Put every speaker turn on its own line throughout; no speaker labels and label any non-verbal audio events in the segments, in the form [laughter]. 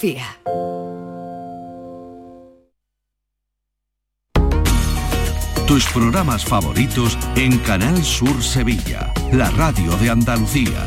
FIA.
Tus programas favoritos en Canal Sur Sevilla, la radio de Andalucía.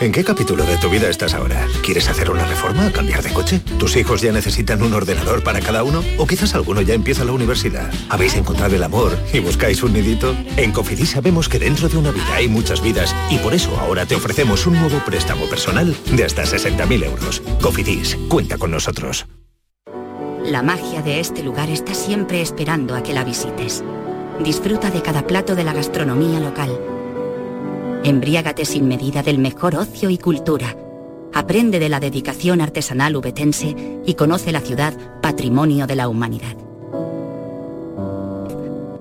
¿En qué capítulo de tu vida estás ahora? ¿Quieres hacer una reforma o cambiar de coche? ¿Tus hijos ya necesitan un ordenador para cada uno? ¿O quizás alguno ya empieza la universidad? ¿Habéis encontrado el amor y buscáis un nidito? En Cofidis sabemos que dentro de una vida hay muchas vidas y por eso ahora te ofrecemos un nuevo préstamo personal de hasta 60.000 euros. Cofidis, cuenta con nosotros.
La magia de este lugar está siempre esperando a que la visites. Disfruta de cada plato de la gastronomía local. Embriágate sin medida del mejor ocio y cultura. Aprende de la dedicación artesanal ubetense y conoce la ciudad patrimonio de la humanidad.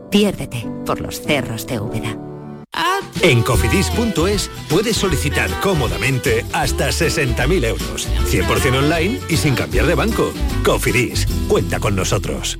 Piérdete por los cerros de Úbeda.
En cofidis.es puedes solicitar cómodamente hasta 60.000 euros, 100% online y sin cambiar de banco. Cofidis, cuenta con nosotros.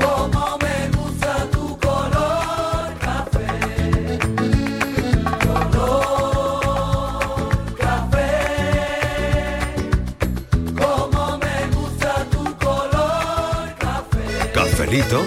Como me gusta tu color café, color café. Como me gusta tu color
Cafelito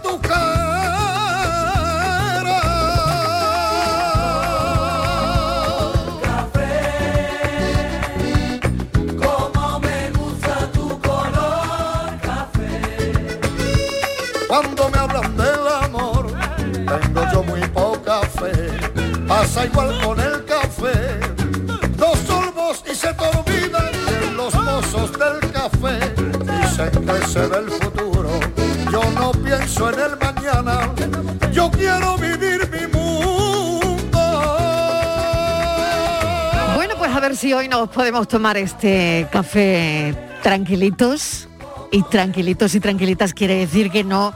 tu
como me gusta tu color
Cuando me hablan del amor, tengo yo muy poca fe. Pasa igual con el café. Dos sorbos y se te olvidan que en los mozos del café. Dicen que se ve el futuro. Yo no pienso en el mañana. Yo quiero vivir mi mundo.
Bueno, pues a ver si hoy nos podemos tomar este café tranquilitos. Y tranquilitos y tranquilitas quiere decir que no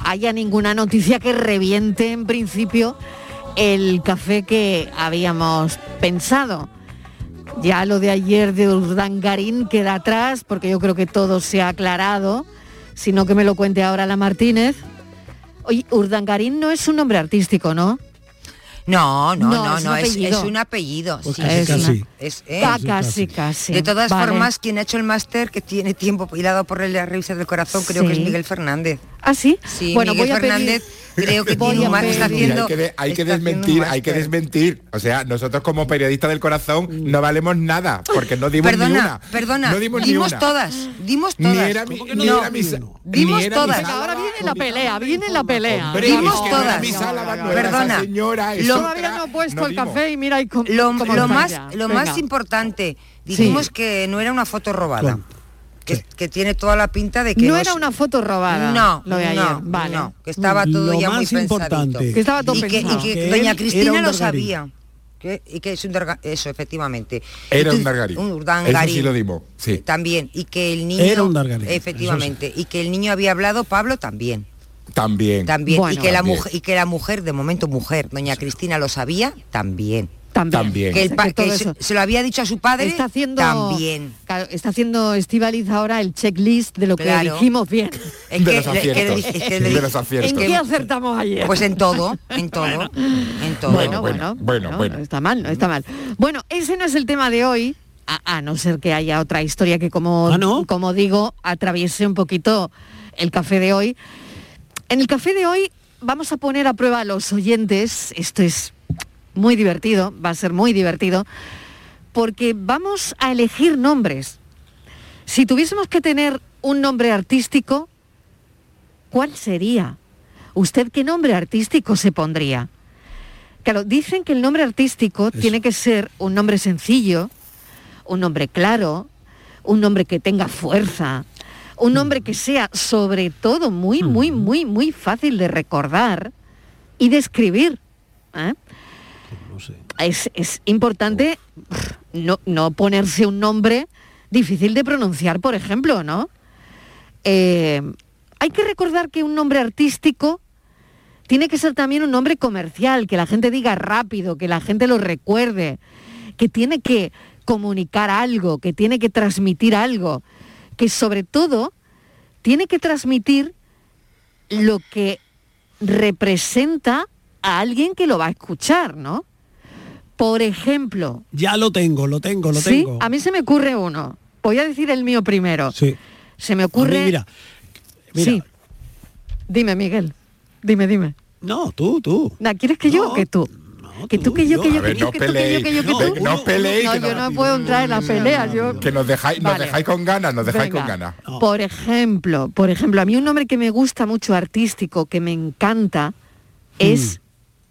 haya ninguna noticia que reviente en principio el café que habíamos pensado. Ya lo de ayer de Urdangarín queda atrás porque yo creo que todo se ha aclarado, sino que me lo cuente ahora la Martínez. Oye, Urdangarín no es un nombre artístico, ¿no?
No, no, no, no, es, es
es un apellido.
un apellido.
Pues
sí.
casi,
Es
casi.
una- es- eh.
Ah, casi, casi.
De todas
Vale.
formas, quien ha hecho el máster, que tiene tiempo y dado por la revista del corazón, creo que es
Sí.
Miguel Fernández.
¿Ah, sí?
Sí,
Bueno,
Miguel
voy a pedir-
Fernández
[laughs]
creo que
Voy
tiene
a
un máster, está
pedir-
haciendo...
hay que, de- hay que
está haciendo
desmentir,
un
hay que
máster.
desmentir. O sea, nosotros como periodistas del corazón
Mm.
no valemos nada, porque no dimos ni
Perdona,
una.
perdona,
No dimos, ni
dimos
una.
todas, dimos
Ni
todas.
era mi-
¿Cómo que
ni
no?
era mi sa-
Dimos
ni era mi
todas.
sala.
Ahora viene la pelea, viene la pelea.
Hombre, es que no era mi sala, Manuela, esa
Perdona.
señora, es
Todavía no he puesto el café y mira y com-
lo,
cómo
lo
está
más
ya.
lo
Venga.
más importante dijimos
Sí.
que no era una foto robada que, que tiene toda la pinta de que
no
es-
era una foto robada.
no
lo de ayer.
no,
vale.
no, que estaba todo
Lo
ya muy
más
pensadito
importante. Que estaba todo
y que, y
pensado.
que
Que
doña
él
Cristina
era un
lo
dargarín.
sabía que, y que es un darga- eso efectivamente
Era un
dargarín
dargarín.
un
Eso sí
dargarín
lo dimos. Sí.
también y que el niño
Era un dargarín,
efectivamente y que el niño había hablado Pablo también
También.
también y que la
También.
mujer y que la mujer de momento mujer doña Cristina lo sabía también
También.
Que, el
O sea,
pa-
que todo
que
eso.
se, se lo había dicho a su padre
Está haciendo,
también.
claro, está haciendo Estivaliz ahora el checklist de lo que
Claro.
dijimos bien.
Es que- le- que le dije- es que le dije-
¿En qué acertamos ayer?
Pues en todo, en todo, en todo.
Bueno, bueno, bueno, no está mal, no está mal. Bueno, ese no es el tema de hoy, a, a no ser que haya otra historia que como, como digo, atraviese un poquito el café de hoy. En el café de hoy vamos a poner a prueba a los oyentes, esto es muy divertido, va a ser muy divertido, porque vamos a elegir nombres. Si tuviésemos que tener un nombre artístico, ¿cuál sería? ¿Usted qué nombre artístico se pondría? Claro, dicen que el nombre artístico tiene que ser un nombre sencillo, un nombre claro, un nombre que tenga fuerza, un nombre que sea sobre todo muy, muy, muy, muy fácil de recordar y de escribir. ¿eh? es, es importante pf, no, no ponerse un nombre difícil de pronunciar, por ejemplo, ¿no? Eh, hay que recordar que un nombre artístico tiene que ser también un nombre comercial, que la gente diga rápido, que la gente lo recuerde, que tiene que comunicar algo, que tiene que transmitir algo, que sobre todo tiene que transmitir lo que representa a alguien que lo va a escuchar, ¿no? Por ejemplo,
Ya lo tengo, lo tengo, lo
sí,
tengo.
a mí se me ocurre uno. Voy a decir el mío primero.
Sí.
Se me ocurre.
A mí, mira, mira.
Sí. Dime, Miguel. Dime, dime.
No, tú, tú.
Nah, ¿Quieres que yo o que tú? que tú, que yo, que
A
yo, que
ver,
yo,
no
que tú, que yo, que yo, que
peleéis,
tú.
no, no peleéis,
No,
que
yo
no-
no puedo entrar en la pelea. Yo
Que nos dejáis, nos
Vale.
dejáis con ganas, nos dejáis
Venga.
con ganas.
Por ejemplo, por ejemplo, a mí un nombre que me gusta mucho artístico, que me encanta,
Mm.
es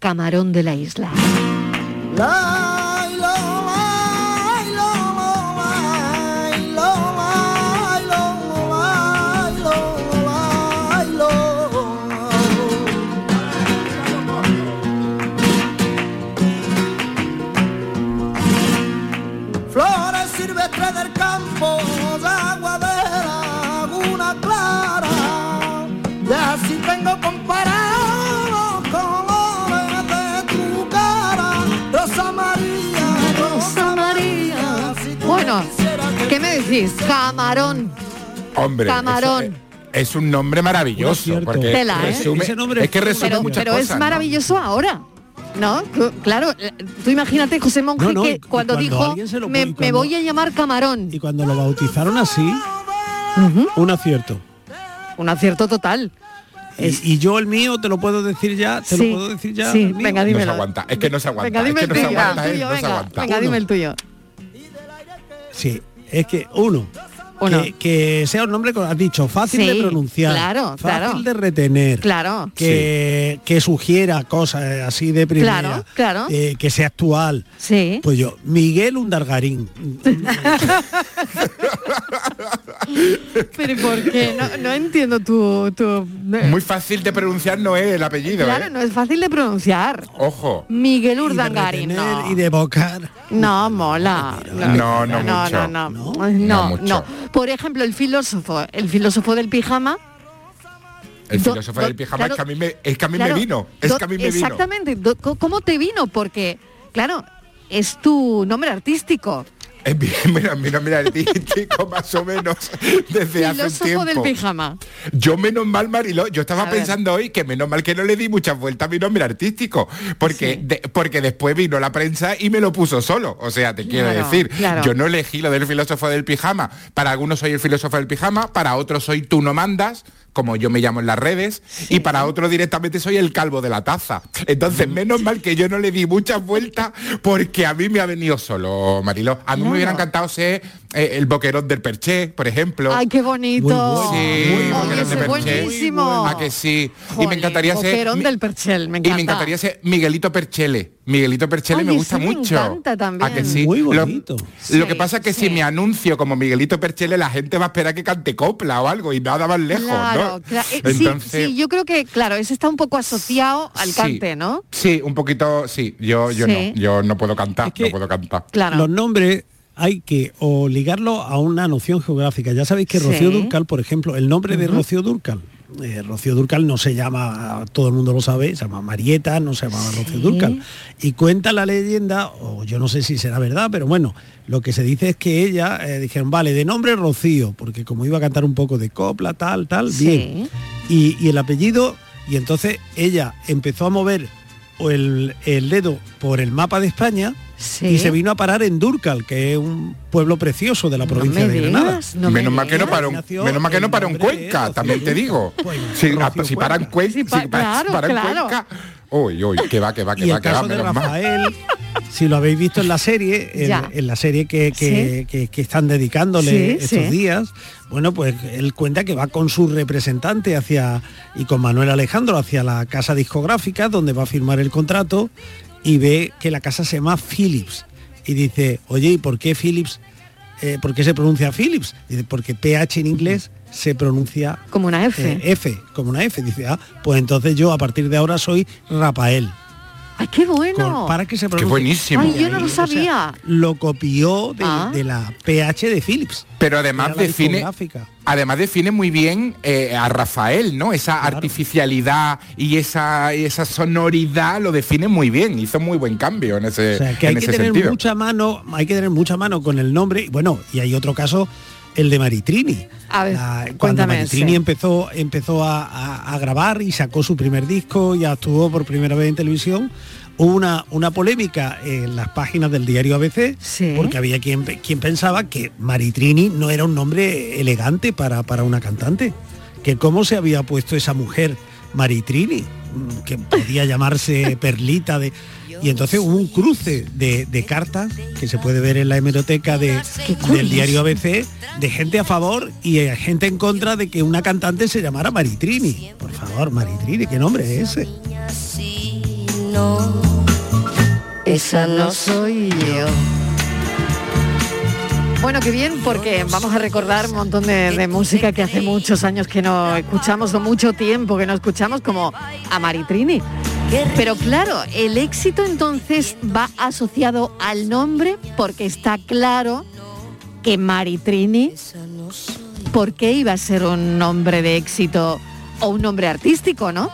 Camarón de la Isla.
Flores silvestres del campo, agua de laguna clara. Y así tengo comparados colores de tu cara, Rosa María, Rosa María. Si tú
Bueno, ¿qué me decís? Camarón.
Hombre, eso
Camarón.
Es, es un nombre maravilloso. porque
Tela, ¿eh?
resume- es que resume
pero,
muchas
pero
cosas.
es
¿no?
maravilloso ahora. ¿No? Tú- Claro, eh, tú imagínate José Monge
No, no, y-
que
y
cuando,
cuando
dijo
alguien se lo
me,
pone-
me
cuando-
voy a llamar camarón.
Y cuando lo bautizaron así, un acierto.
Un acierto total.
Y, y yo el mío te lo puedo decir ya, te
Sí,
lo puedo decir ya.
sí,
el mío?
venga, dímelo.
No se aguanta, es que no se aguanta.
Venga, dime
es
el
que no se
tuyo,
aguanta,
el
eh,
tuyo,
no se
venga,
aguanta.
venga, dime el tuyo.
Sí, es que uno.
Uno.
Que, que sea un nombre, como has dicho, fácil de
Sí,
pronunciar,
claro,
fácil
claro.
de retener,
Claro.
que, que sugiera cosas eh, así de primera,
Claro, claro.
eh, que sea actual.
Sí.
Pues yo, Miguel Undargarín.
Pero ¿y ¿por qué? No, [laughs] no entiendo tu... tu-
Muy fácil de pronunciar no es el apellido,
Claro,
¿eh?
no es fácil de pronunciar.
Ojo.
Miguel Urdangarín. no.
Y de bocar.
No, mola.
No, no mucho.
No, no, no. No,
mucho.
no. Por ejemplo, el filósofo, el filósofo del pijama.
El
Do-
filósofo
do-
del pijama
claro,
es que a mí me, es que a mí
claro,
me vino. Es
do-
que a mí me vino.
exactamente, do- co- ¿Cómo te vino? Porque, claro, es tu nombre artístico.
Es mi, [laughs] mira, mira, mira, el típico más o menos desde hace un
Filósofo
tiempo.
del pijama.
Yo menos mal, Mariló, yo estaba
A ver.
pensando hoy que menos mal que no le di muchas vueltas a mi nombre artístico, porque, de- porque después vino la prensa y me lo puso solo. O sea, te quiero
Claro,
decir,
claro.
yo no elegí lo del filósofo del pijama. Para algunos soy el filósofo del pijama, para otros soy tú no mandas como yo me llamo en las redes, y para otros directamente soy el calvo de la taza. Entonces, menos mal que yo no le di muchas vueltas, porque a mí me ha venido solo, Mariló. A mí me hubiera
Claro.
encantado ser eh, el boquerón del perché, por ejemplo.
Ay, qué bonito.
Sí,
Oye,
boquerón
ese
de
es
Perché.
buenísimo.
¿A que sí? y me encantaría ser...
Boquerón
mi-
del Perchel, me
y
encanta.
me encantaría ser Miguelito Perchele. Miguelito Perchele me
Oye,
gusta
sí, me
mucho.
encanta también.
¿A que sí?
Muy
Lo-
bonito.
Lo, que pasa es que si me anuncio como Miguelito Perchele, la gente va a esperar que cante copla o algo y nada más lejos,
Claro,
¿no?
claro. Eh, sí,
Entonces,
sí, yo creo que, claro, ese está un poco asociado al
Sí.
cante, ¿no?
sí, un poquito, sí. Yo, yo
Sí.
no, yo no puedo cantar, no puedo cantar.
Los nombres hay que o ligarlo a una noción geográfica. Ya sabéis que
Sí.
Rocío Durcal, por ejemplo, el nombre de Rocío Durcal eh, Rocío Durcal no se llama, todo el mundo lo sabe, se llama Marieta, no se llamaba Rocío Durcal. Y cuenta la leyenda, o yo no sé si será verdad, pero bueno, lo que se dice es que ella, eh, dijeron, vale, de nombre Rocío, porque como iba a cantar un poco de copla, tal, tal, bien. Y, y el apellido, y entonces ella empezó a mover el, el dedo por el mapa de España. Y se vino a parar en Durcal, que es un pueblo precioso de la provincia
me
de
digas,
Granada.
no me
menos mal que no para un,
Nació
menos mal que no para un
el nombre
Cuenca,
de
también te digo. Si, a- si para un Cuenca, si, para-
pa- claro,
para un
claro.
Cuenca. Uy, uy, que va, que va, que
y
va,
el
que va,
caso de
menos mal.
Rafael, si lo habéis visto en la serie, en,
Ya.
en la serie que,
Sí.
que- que- que están dedicándole
Sí,
estos
sí.
días, bueno, pues él cuenta que va con su representante hacia y con Manuel Alejandro hacia la casa discográfica donde va a firmar el contrato y ve que la casa se llama Philips y dice, oye, ¿y por qué Philips? eh, ¿Por qué se pronuncia Philips? Dice, porque PH en inglés se pronuncia eh,
como una F.
F, como una F. Dice, ah, pues entonces yo a partir de ahora soy Rafael
¡Ay, qué bueno!
con- para que se pronuncie.
buenísimo.
Ay, yo no lo sabía.
lo copió de,
Ah.
de la PH de Philips.
Pero además
Era la
define,
discográfica.
además define muy bien eh, a Rafael, ¿no? Esa artificialidad y esa, y esa sonoridad lo define muy bien. Hizo muy buen cambio en ese,
O sea, que hay
en
que
ese
tener
sentido.
mucha mano, hay que tener mucha mano con el nombre. Y Bueno, y hay otro caso, el de Maritrini.
A ver,
La- cuando
cuéntame.
Maritrini
ese.
empezó, empezó a, a- a grabar y sacó su primer disco y actuó por primera vez en televisión, hubo una, una polémica en las páginas del diario ABC, porque había quien, pe- quien pensaba que Maritrini no era un nombre elegante para, para una cantante, que cómo se había puesto esa mujer Maritrini, mm, que podía
[laughs]
llamarse Perlita de... Y entonces hubo un cruce de, de cartas que se puede ver en la hemeroteca de, del
curioso.
diario ABC de gente a favor y eh, gente en contra de que una cantante se llamara Maritrini. Por favor, Maritrini, ¿qué nombre es ese?
No, esa no soy yo.
Bueno, qué bien, porque vamos a recordar un montón de, de música que hace muchos años que no escuchamos, o mucho tiempo que no escuchamos, como a Maritrini. Pero claro, el éxito entonces va asociado al nombre porque está claro que Maritrini, ¿por qué iba a ser un nombre de éxito o un nombre artístico, no?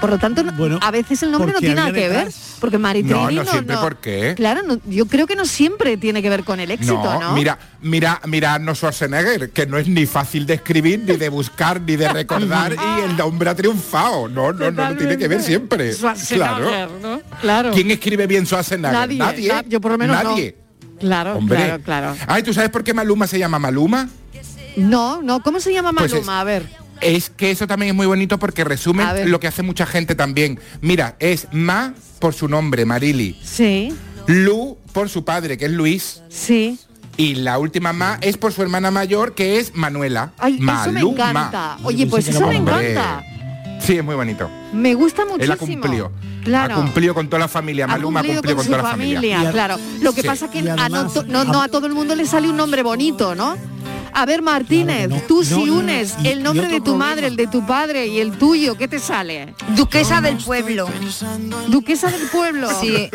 Por lo tanto, no- a veces el nombre no
porque
tiene nada
había
que ver,
detrás-
porque Maritrini
No,
no,
no siempre,
no-
¿por qué?
Claro, no- yo creo que no siempre tiene que ver con el éxito, ¿no?
mira, mira, mira a Arnold Schwarzenegger, que no es ni fácil de escribir, ni de buscar, ni de recordar, y
[laughs]
el hombre ha triunfado. No, no, no, no tiene que ver siempre.
Schwarzenegger,
Eh, Claro.
¿no? Claro.
¿Quién escribe bien Schwarzenegger?
Nadie, na- yo por lo menos no.
Nadie.
Claro,
Hombre.
claro, claro.
Ay, ¿tú sabes por qué Maluma se llama Maluma?
No, no, ¿cómo se llama Maluma?
Pues es-
A ver.
Es que eso también es muy bonito porque resume lo que hace mucha gente también. Mira, es Ma por su nombre, Marili.
Sí.
Lu por su padre, que es Luis.
Sí.
Y la última Ma es por su hermana mayor, que es Manuela.
Ay, eso me
Maluma.
encanta. Oye, pues eso me
Hombre.
encanta.
Sí, es muy bonito.
Me gusta muchísimo.
Él ha cumplido.
Claro.
Ha cumplido con toda la familia.
Ha
Maluma ha cumplido
cumplido con,
con,
su
toda la
familia,
familia.
claro. Lo que
Sí.
pasa que a no, to- no, no a todo el mundo le sale un nombre bonito, ¿no? A ver, Martínez, tú si unes el nombre de tu madre, el de tu padre y el tuyo, ¿qué te sale? Duquesa del pueblo. Duquesa del pueblo.
Sí.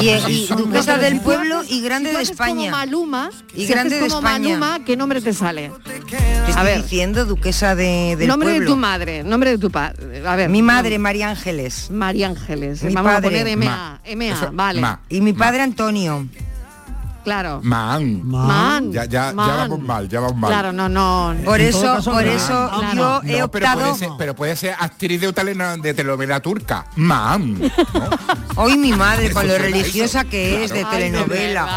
Y,
Ah,
y duquesa del pueblo y grande
Si tú
de
haces Como
España.
Maluma,
Y
si
grande
haces
de
como
España.
Maluma, ¿qué nombre te sale?
Te
A
estoy
ver.
diciendo duquesa de, del
nombre de
pueblo.
tu madre, nombre de tu padre. A ver.
Mi madre, María Ángeles.
María Ángeles.
Mi
Vamos a
padre.
poner MA. MA, vale.
Y mi padre Antonio.
Claro.
Man.
Man.
Ya, ya,
Man.
ya vamos mal, ya vamos mal.
Claro, no, no.
Eh,
Por eso- por eso yo he
No, pero
optado-
Puede ser, pero puede ser actriz de, un teleno- de telenovela turca. Mam.
Hoy mi madre,
Eso
con lo
suena
religiosa
eso,
que es de
claro.
telenovela.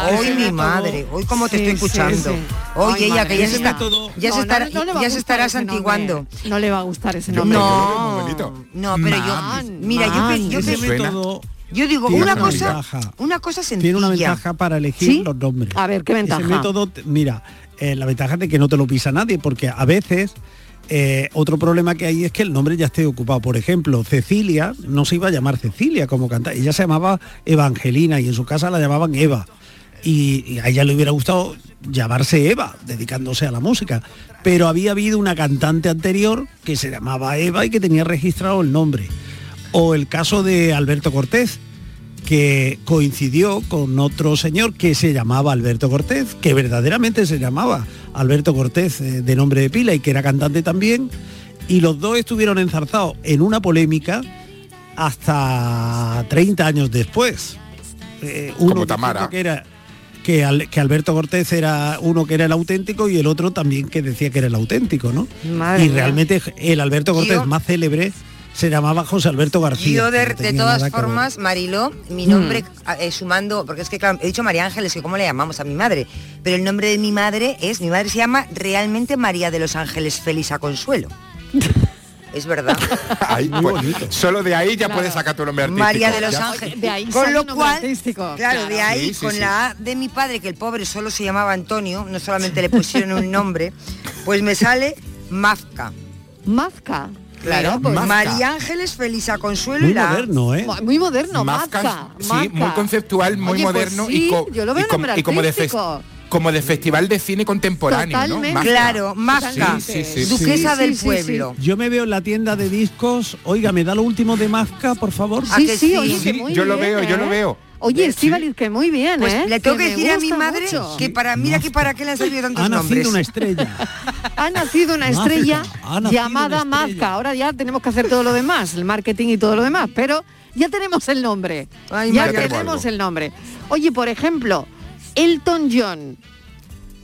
Ay, de verdad,
hoy
suena
mi
todo.
madre. Hoy como te
Sí,
estoy
sí,
escuchando.
sí.
Hoy
Ay,
ella que ya se
madre
está,
mía.
ya
No,
se
no,
estará,
no le va a
ya se
gustar
estará
ese nombre.
santiguando.
No le va a gustar ese
Ah,
nombre.
No, no, pero yo,
Man,
mira, yo, pe-
man.
yo, pe- yo digo
Tiene
una
una
cosa,
ventaja.
una cosa sencilla.
Tiene una ventaja para elegir
¿Sí?
los nombres.
A ver, ¿qué ventaja?
Ese método, t- mira, eh, la ventaja es de que no te lo pisa nadie, porque a veces eh, otro problema que hay es que el nombre ya esté ocupado. Por ejemplo, Cecilia no se iba a llamar Cecilia como cantante, ella se llamaba Evangelina y en su casa la llamaban Eva. Y, y a ella le hubiera gustado llamarse Eva, dedicándose a la música. Pero había habido una cantante anterior que se llamaba Eva y que tenía registrado el nombre. O el caso de Alberto Cortés, que coincidió con otro señor que se llamaba Alberto Cortés, que verdaderamente se llamaba Alberto Cortés, eh, de nombre de pila, y que era cantante también, y los dos estuvieron enzarzados en una polémica hasta 30 años después. Eh, uno
Como
dijo
Tamara.
Que, era, que, Al- que Alberto Cortés era uno que era el auténtico y el otro también que decía que era el auténtico, ¿no?
Madre
y
mía.
realmente el Alberto Cortés
Yo-
más célebre se llamaba José Alberto García.
Yo de,
que no
de
tenía
todas
nada que ver.
formas, Mariló, mi
Mm.
nombre a- eh, sumando, porque es que claro, he dicho María Ángeles, que cómo le llamamos a mi madre, pero el nombre de mi madre es, mi madre se llama realmente María de los Ángeles Felisa Consuelo.
[laughs]
es verdad.
Ahí, pues, solo de ahí ya puedes sacar tu nombre artístico.
María de los
Ya-
Ángeles.
De ahí sale
con lo
nombre
cual,
artístico.
claro, de
Claro.
ahí
Sí, sí,
con
sí.
la A de mi padre, que el pobre solo se llamaba Antonio, no solamente le pusieron un nombre, pues me sale Mafka.
Mazca.
Claro,
Mira, pues. Mazca.
María Ángeles Felisa Consuelo y la A.
Mu- Muy moderno,
Mazca,
Mazca.
sí,
Mazca.
muy conceptual, muy
Oye, pues
moderno
sí,
y, co-
yo lo veo
y com-
nombre
y como de fes-
artístico.
como de festival de cine contemporáneo, ¿no? Mazca.
Claro, Mazca,
Sí, sí, sí.
duquesa
Sí,
del
sí, sí,
pueblo.
sí. Yo me veo en la tienda de discos. Oiga, ¿me da lo último de Mazca, por favor?
¿A Sí, que sí, sí? oye,
que Sí, muy yo lo bien, veo, yo ¿eh? lo veo.
Oye, Estíbaliz, que muy bien,
Pues
¿eh?
le tengo que
me
decir a mi
gusta
madre
mucho.
que para mira que para qué le han salido tantos
Ha
nombres.
nacido una estrella.
[laughs] Ha nacido una
Mazca,
estrella
ha nacido
llamada
una
Mazca. Ahora ya tenemos que hacer todo lo demás, el marketing y todo lo demás, pero ya tenemos el nombre.
Ay,
ya
María.
tenemos el nombre. Oye, por ejemplo, Elton John.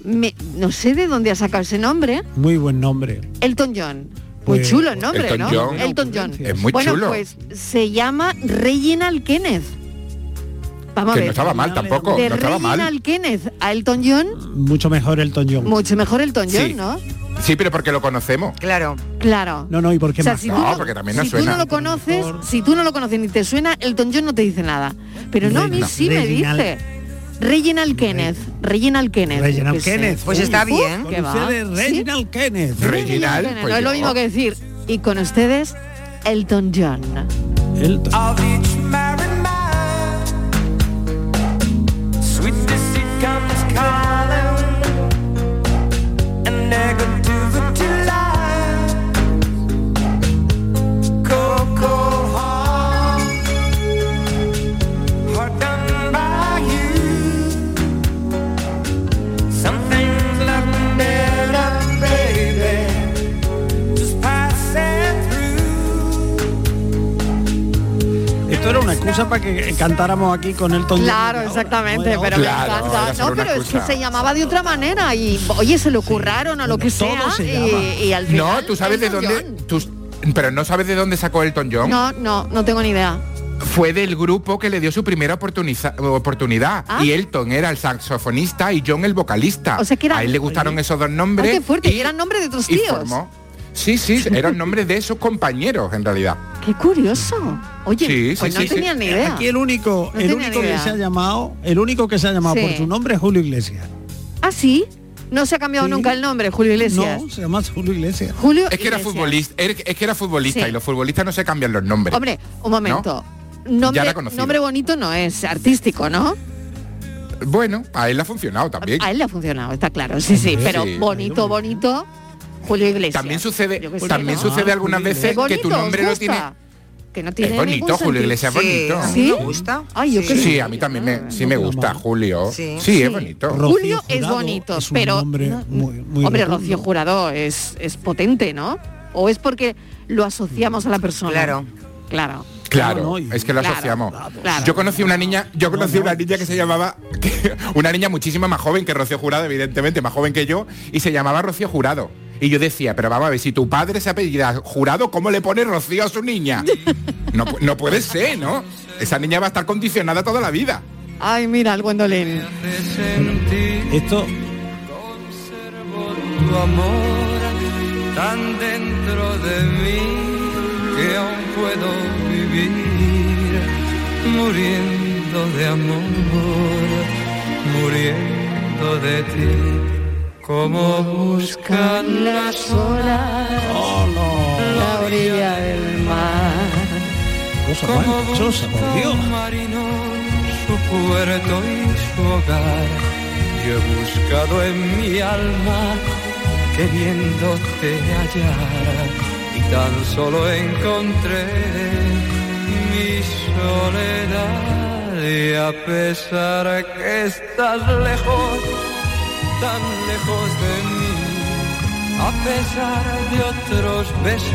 Me- no sé de dónde ha sacado ese nombre.
Muy buen nombre.
Elton John. Muy
Pues,
chulo el nombre,
Elton
¿no?
John.
Elton John.
Es muy
bueno,
chulo.
pues se llama Reginald Kenneth. Vamos a
Que
ver.
no estaba mal tampoco,
De
no estaba mal.
Reginald Kenneth a Elton John,
Mucho mejor Elton John.
mucho mejor Elton John,
Sí.
¿no?
Sí, pero porque lo conocemos.
Claro.
Claro.
No, no, ¿y por qué
O sea,
Mazca?
si tú no,
porque también nos
si tú
suena.
no lo conoces, si tú no lo conoces ni te suena, Elton John no te dice nada. Pero no, a mí
Reginald-
sí me
Reginald-
dice. Reginald Kenneth, Reginald Kenneth.
Reginald
yo qué sé.
Kenneth. Pues está bien.
¿qué va?
Con ustedes,
Sí,
Reginald Kenneth.
Reginald Kenneth,
pues
no es lo mismo que decir. Y con ustedes, Elton John.
Of each married man, sweet deceit comes calling, and negativity lies. Cold, cold heart, heart done by you. Some things look better, baby, just passing through.
Esto era una excusa para que cantáramos aquí con Elton
Claro,
John.
exactamente,
Ahora,
pero
ahora. Claro,
me
era
encanta.
solo
No,
una
pero es que
excusa.
se llamaba de otra manera y oye, se lo curraron o lo que sea. y, y al final.
no, tú sabes de
Elton
dónde... tú- pero no sabes de dónde sacó Elton John.
John. No, no, no tengo ni idea.
Fue del grupo que le dio su primera oportuniza- oportunidad.
Ah.
Y Elton era el saxofonista y John el vocalista.
O sea, que era-
A él le gustaron esos dos nombres.
Ay, qué fuerte, y eran nombres de otros
y
tíos.
formó- Sí, sí,
[laughs]
eran nombres de sus compañeros en realidad.
Qué curioso. Oye,
Sí,
pues
sí,
no
sí,
tenía
sí.
ni idea.
eh, Aquí el único,
No
el
tenía
único que
ni idea.
se ha llamado, el único que se ha llamado
Sí.
por su nombre es Julio Iglesias.
Ah, sí. No se ha cambiado nunca el nombre, Julio Iglesias.
No, se llama Julio Iglesias.
Julio
Es que era
Iglesias.
futbolista, er- es que era futbolista
Sí.
y los futbolistas no se cambian los nombres.
Hombre, un momento. Nombre,
Ya era conocido.
nombre bonito no es artístico, ¿no?
Bueno, a él le ha funcionado también.
A él le ha funcionado, está claro. Sí, sí, pero
Sí.
bonito, bonito, Julio Iglesias.
También sucede,
Yo qué sé,
también
¿no?
sucede algunas
Es
veces que
bonito,
tu
¿os
nombre no
gusta?
tiene.
Que no tiene
Es bonito,
ningún
Julio
sentido.
Iglesias es Sí, bonito. a mí
¿Sí?
me gusta.
Ay, yo
sí,
qué sé.
a mí también me, sí me gusta, Julio. Sí, es bonito.
Julio es bonito, pero no- hombre,
rotundo.
Rocío Jurado es, es potente, ¿no? O es porque lo asociamos a la persona. Claro. Claro.
Claro, es que lo
Claro, pues,
asociamos.
claro.
Yo conocí una niña, yo conocí una niña que se llamaba, [laughs] que- una niña muchísima más joven que Rocío Jurado, evidentemente, más joven que yo, y se llamaba Rocío Jurado. Y yo decía, pero vamos a ver, si tu padre se apellida Jurado, ¿cómo le pone Rocío a su
[laughs]
niña? No, pu- no puede ser, ¿no? Esa niña va a estar condicionada toda la vida.
Ay, mira, el Gwendolyn.
Esto
tu amor tan dentro de mí que aún puedo vivir muriendo de amor, muriendo de ti. Como buscan las olas
Oh,
la orilla del mar.
Cosa
Como
más dichosa, por Dios.
un marino su puerto y su hogar. Yo he buscado en mi alma queriéndote hallar y tan solo encontré mi soledad y a pesar que estás lejos, tan lejos de mí. a pesar de otros besos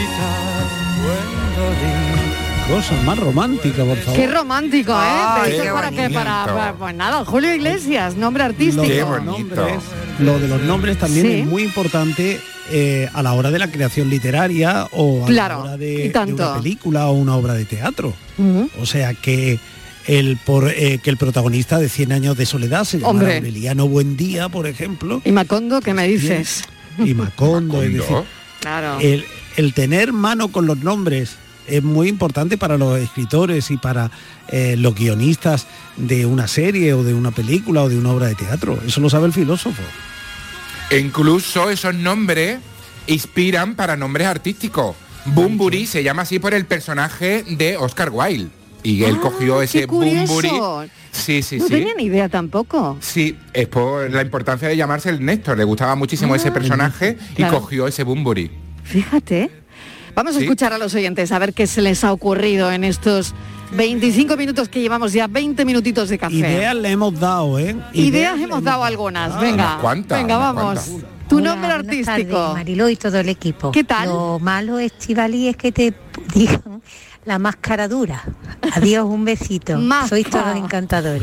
y tan buen violín.
Cosas más románticas, por favor.
Qué romántico, ¿eh?
Ay,
Pero eso
qué
es para que
bonito.
para, para- pues nada, Julio Iglesias, nombre artístico.
Lo de los nombres, lo de los nombres también
Sí.
es muy importante eh, a la hora de la creación literaria o a la
Claro,
hora
y
de, de
tanto.
una película o una obra de teatro.
Ujú.
O sea que el por eh, que el protagonista de 100 años de soledad se llama
Hombre.
Aureliano Buendía, por ejemplo.
Y Macondo, ¿qué me dices?
Y Macondo, es decir,
Claro.
el, el tener mano con los nombres es muy importante para los escritores y para eh, los guionistas de una serie o de una película o de una obra de teatro. Eso lo sabe el filósofo.
E incluso esos nombres inspiran para nombres artísticos. Bumburi se llama así por el personaje de Oscar Wilde. Y él cogió ese
Ah, Qué curioso.
Bumburi. Sí, sí,
no
sí.
tenía ni idea tampoco.
Sí, es por la importancia de llamarse el Néstor. Le gustaba muchísimo ese personaje y
Ah, Claro.
cogió ese Bumburi.
Fíjate. Vamos a
Sí.
escuchar a los oyentes a ver qué se les ha ocurrido en estos 25 minutos que llevamos ya 20 minutitos de café.
Ideas le hemos dado, ¿eh?
Ideas hemos dado algunas. venga.
unas cuantas,
venga,
unas
vamos.
cuantas.
Tu nombre artístico.
Mariló y todo el equipo.
¿Qué tal?
Lo malo, Estivali, es que te digan la máscara dura. Adiós, un besito. Sois todos encantadores.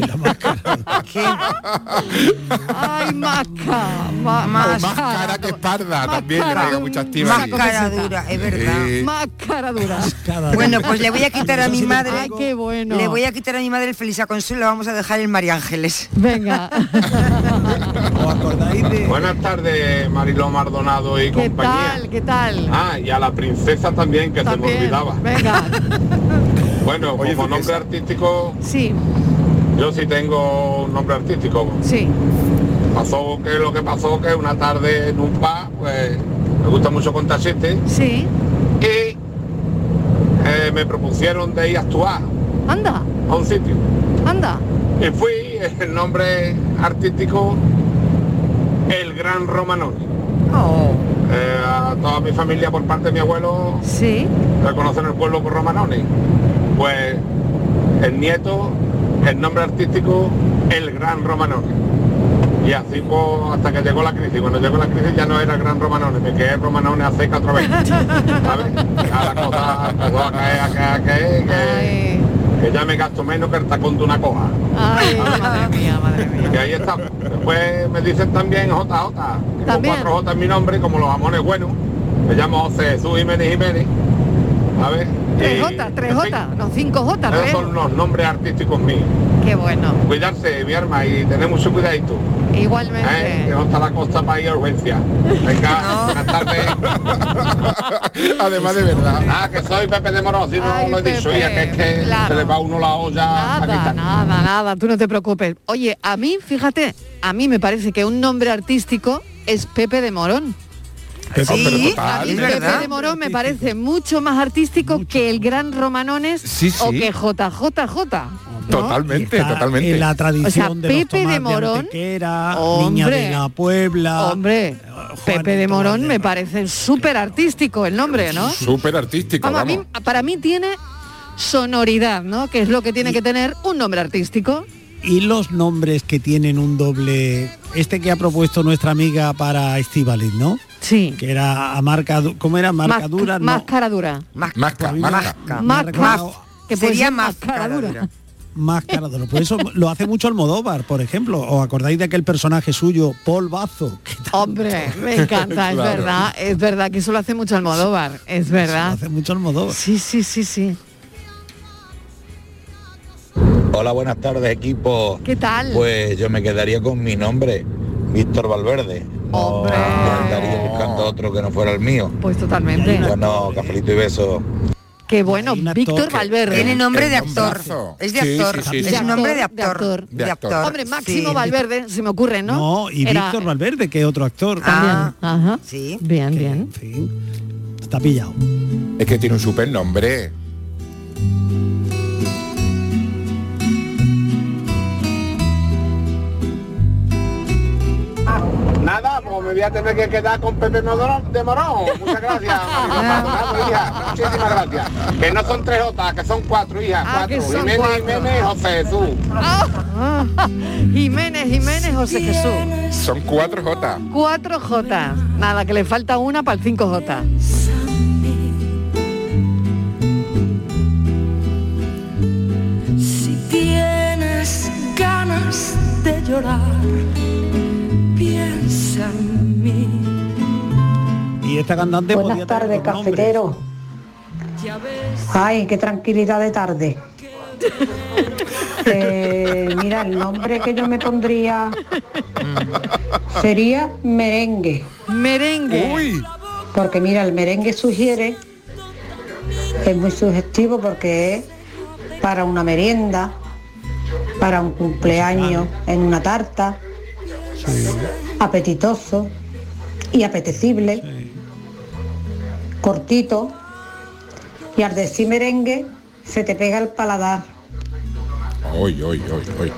Ay, masca. ma-
Más,
masca.
cara que espalda también le
cara.
pega muchas tibas.
Más cara dura, es verdad.
Sí.
Más Ah, cara dura.
Bueno, pues le voy a quitar a mi madre.
Ay, qué bueno.
Le voy a quitar a mi madre el Feliz a Consuelo, vamos a dejar el María Ángeles. [laughs]
Venga.
Buenas tardes, Mariló Mardonado y
¿Qué
compañía.
tal? ¿Qué tal?
Ah, y a la princesa también, que se me
También.
olvidaba.
Venga.
[laughs] Bueno, como nombre artístico,
Sí,
yo sí tengo un nombre artístico.
sí.
Pasó que lo que pasó que una tarde en un bar, pues me gusta mucho contar chistes.
Sí.
Y eh, me propusieron de ir a actuar
Anda,
a un sitio.
anda.
Y fui, [laughs] el nombre artístico, el gran Romanón.
Oh.
Eh, a toda mi familia por parte de mi abuelo
sí.
reconocen el pueblo por Romanone. Pues el nieto, el nombre artístico, el gran Romanone. Y así pues, hasta que llegó la crisis. Cuando llegó la crisis ya no era el gran Romanone, me quedé Romanone hace cuatro
[laughs]
veces. ¿Sabes? Ya la cosa empezó a caer, a caer, a caer, que, que ya me gasto menos que el tacón de una coja.
Ay, madre mía, madre mía.
Y ahí está. Después me dicen también JJ. que Con
También.
cuatro J en mi nombre, como los jamones buenos. Me llamo José Jesús Jiménez Jiménez. A ver.
3J, 3J, no 5J,
Esos
3.
eh, son los nombres artísticos míos.
Qué bueno.
Cuidarse, mi arma, y tener mucho cuidadito.
Igualmente.
¿eh? Que no está la costa para ir a urgencia.
[laughs]
Venga, buenas tardes. [laughs] Además de verdad. Ah, que soy Pepe de Morón, si no lo he dicho, ya que es que
claro.
se le va a uno la olla. a quitar.
Nada, nada, nada, tú no te preocupes. Oye, a mí, fíjate, a mí me parece que un nombre artístico es Pepe de Morón.
Pero- pero total,
a mí
es
Pepe
verdad.
de Morón me parece mucho más artístico que el gran Romanones
Sí, sí.
o que JJJ.
Totalmente, totalmente.
En la tradición
O sea,
de los
Pepe
Tomás
de
de
Morón,
Antequera, Niña
Hombre.
de la Puebla.
hombre, Pepe de Morón me parece súper artístico el nombre, ¿no?
Súper artístico,
Vamos, a
vamos.
mí, para mí tiene sonoridad, ¿no? Que es lo que tiene que tener un nombre artístico.
Y los nombres que tienen un doble, este que ha propuesto nuestra amiga para Estivalis, ¿no?
Sí.
Que era a marca, du- ¿cómo era? Marca
Más-
dura, no.
Máscara dura.
Masca, masca.
Más, más, que puede
Sería
ser
más
máscara
cara
dura.
[laughs] Máscara de oro. Por eso lo hace mucho Almodóvar, por ejemplo. ¿Os acordáis de aquel personaje suyo, Paul Bazo? que
Hombre, me encanta, es
Claro.
verdad, es verdad que eso lo hace mucho Almodóvar, es verdad.
hace mucho Almodóvar.
Sí, sí, sí, sí.
Hola, buenas tardes, equipo.
¿Qué tal?
Pues yo me quedaría con mi nombre, Víctor Valverde. No, no andaría buscando otro que no fuera el mío.
Pues totalmente.
Bueno, cafelito y beso.
Qué bueno, Víctor Valverde.
Tiene nombre de
Es
actor.
nombrazo.
Es de
Sí,
actor.
sí, sí,
es
sí.
un nombre de
De
actor.
actor.
De actor.
Hombre, Máximo
Sí.
Valverde, se me ocurre, ¿no?
No, y
Era- Ah.
Víctor Valverde, que es otro actor.
También. Ajá. Bien, bien.
Está pillado.
Es que tiene un super nombre.
Nada, pues me voy voy a tener que quedar con Pepe Modor- de Morón. Muchas
[laughs]
gracias. Maribel
Ah.
Maldonado, hija. Muchísimas gracias. Que no son tres J, que son cuatro, hija.
Ah, que
cuatro.
son
Jiménez,
cuatro.
Jiménez, José Jesús.
Ah, [laughs] Jiménez, Jiménez, José Jesús.
Son cuatro J.
4J. Nada, que le falta una para el 5J.
Si tienes ganas de llorar, piensa en mí.
[laughs] Y esta cantante
Buenas
podía
tardes, cafetero.
Ya ves.
Ay, qué tranquilidad de tarde. Eh, mira, el nombre que yo me pondría sería merengue.
Merengue.
Porque mira, el merengue sugiere, es muy sugestivo porque es para una merienda, para un cumpleaños, en una tarta, apetitoso y apetecible, cortito, y al decir merengue se te pega el paladar.
Hoy, hoy, hoy, hoy.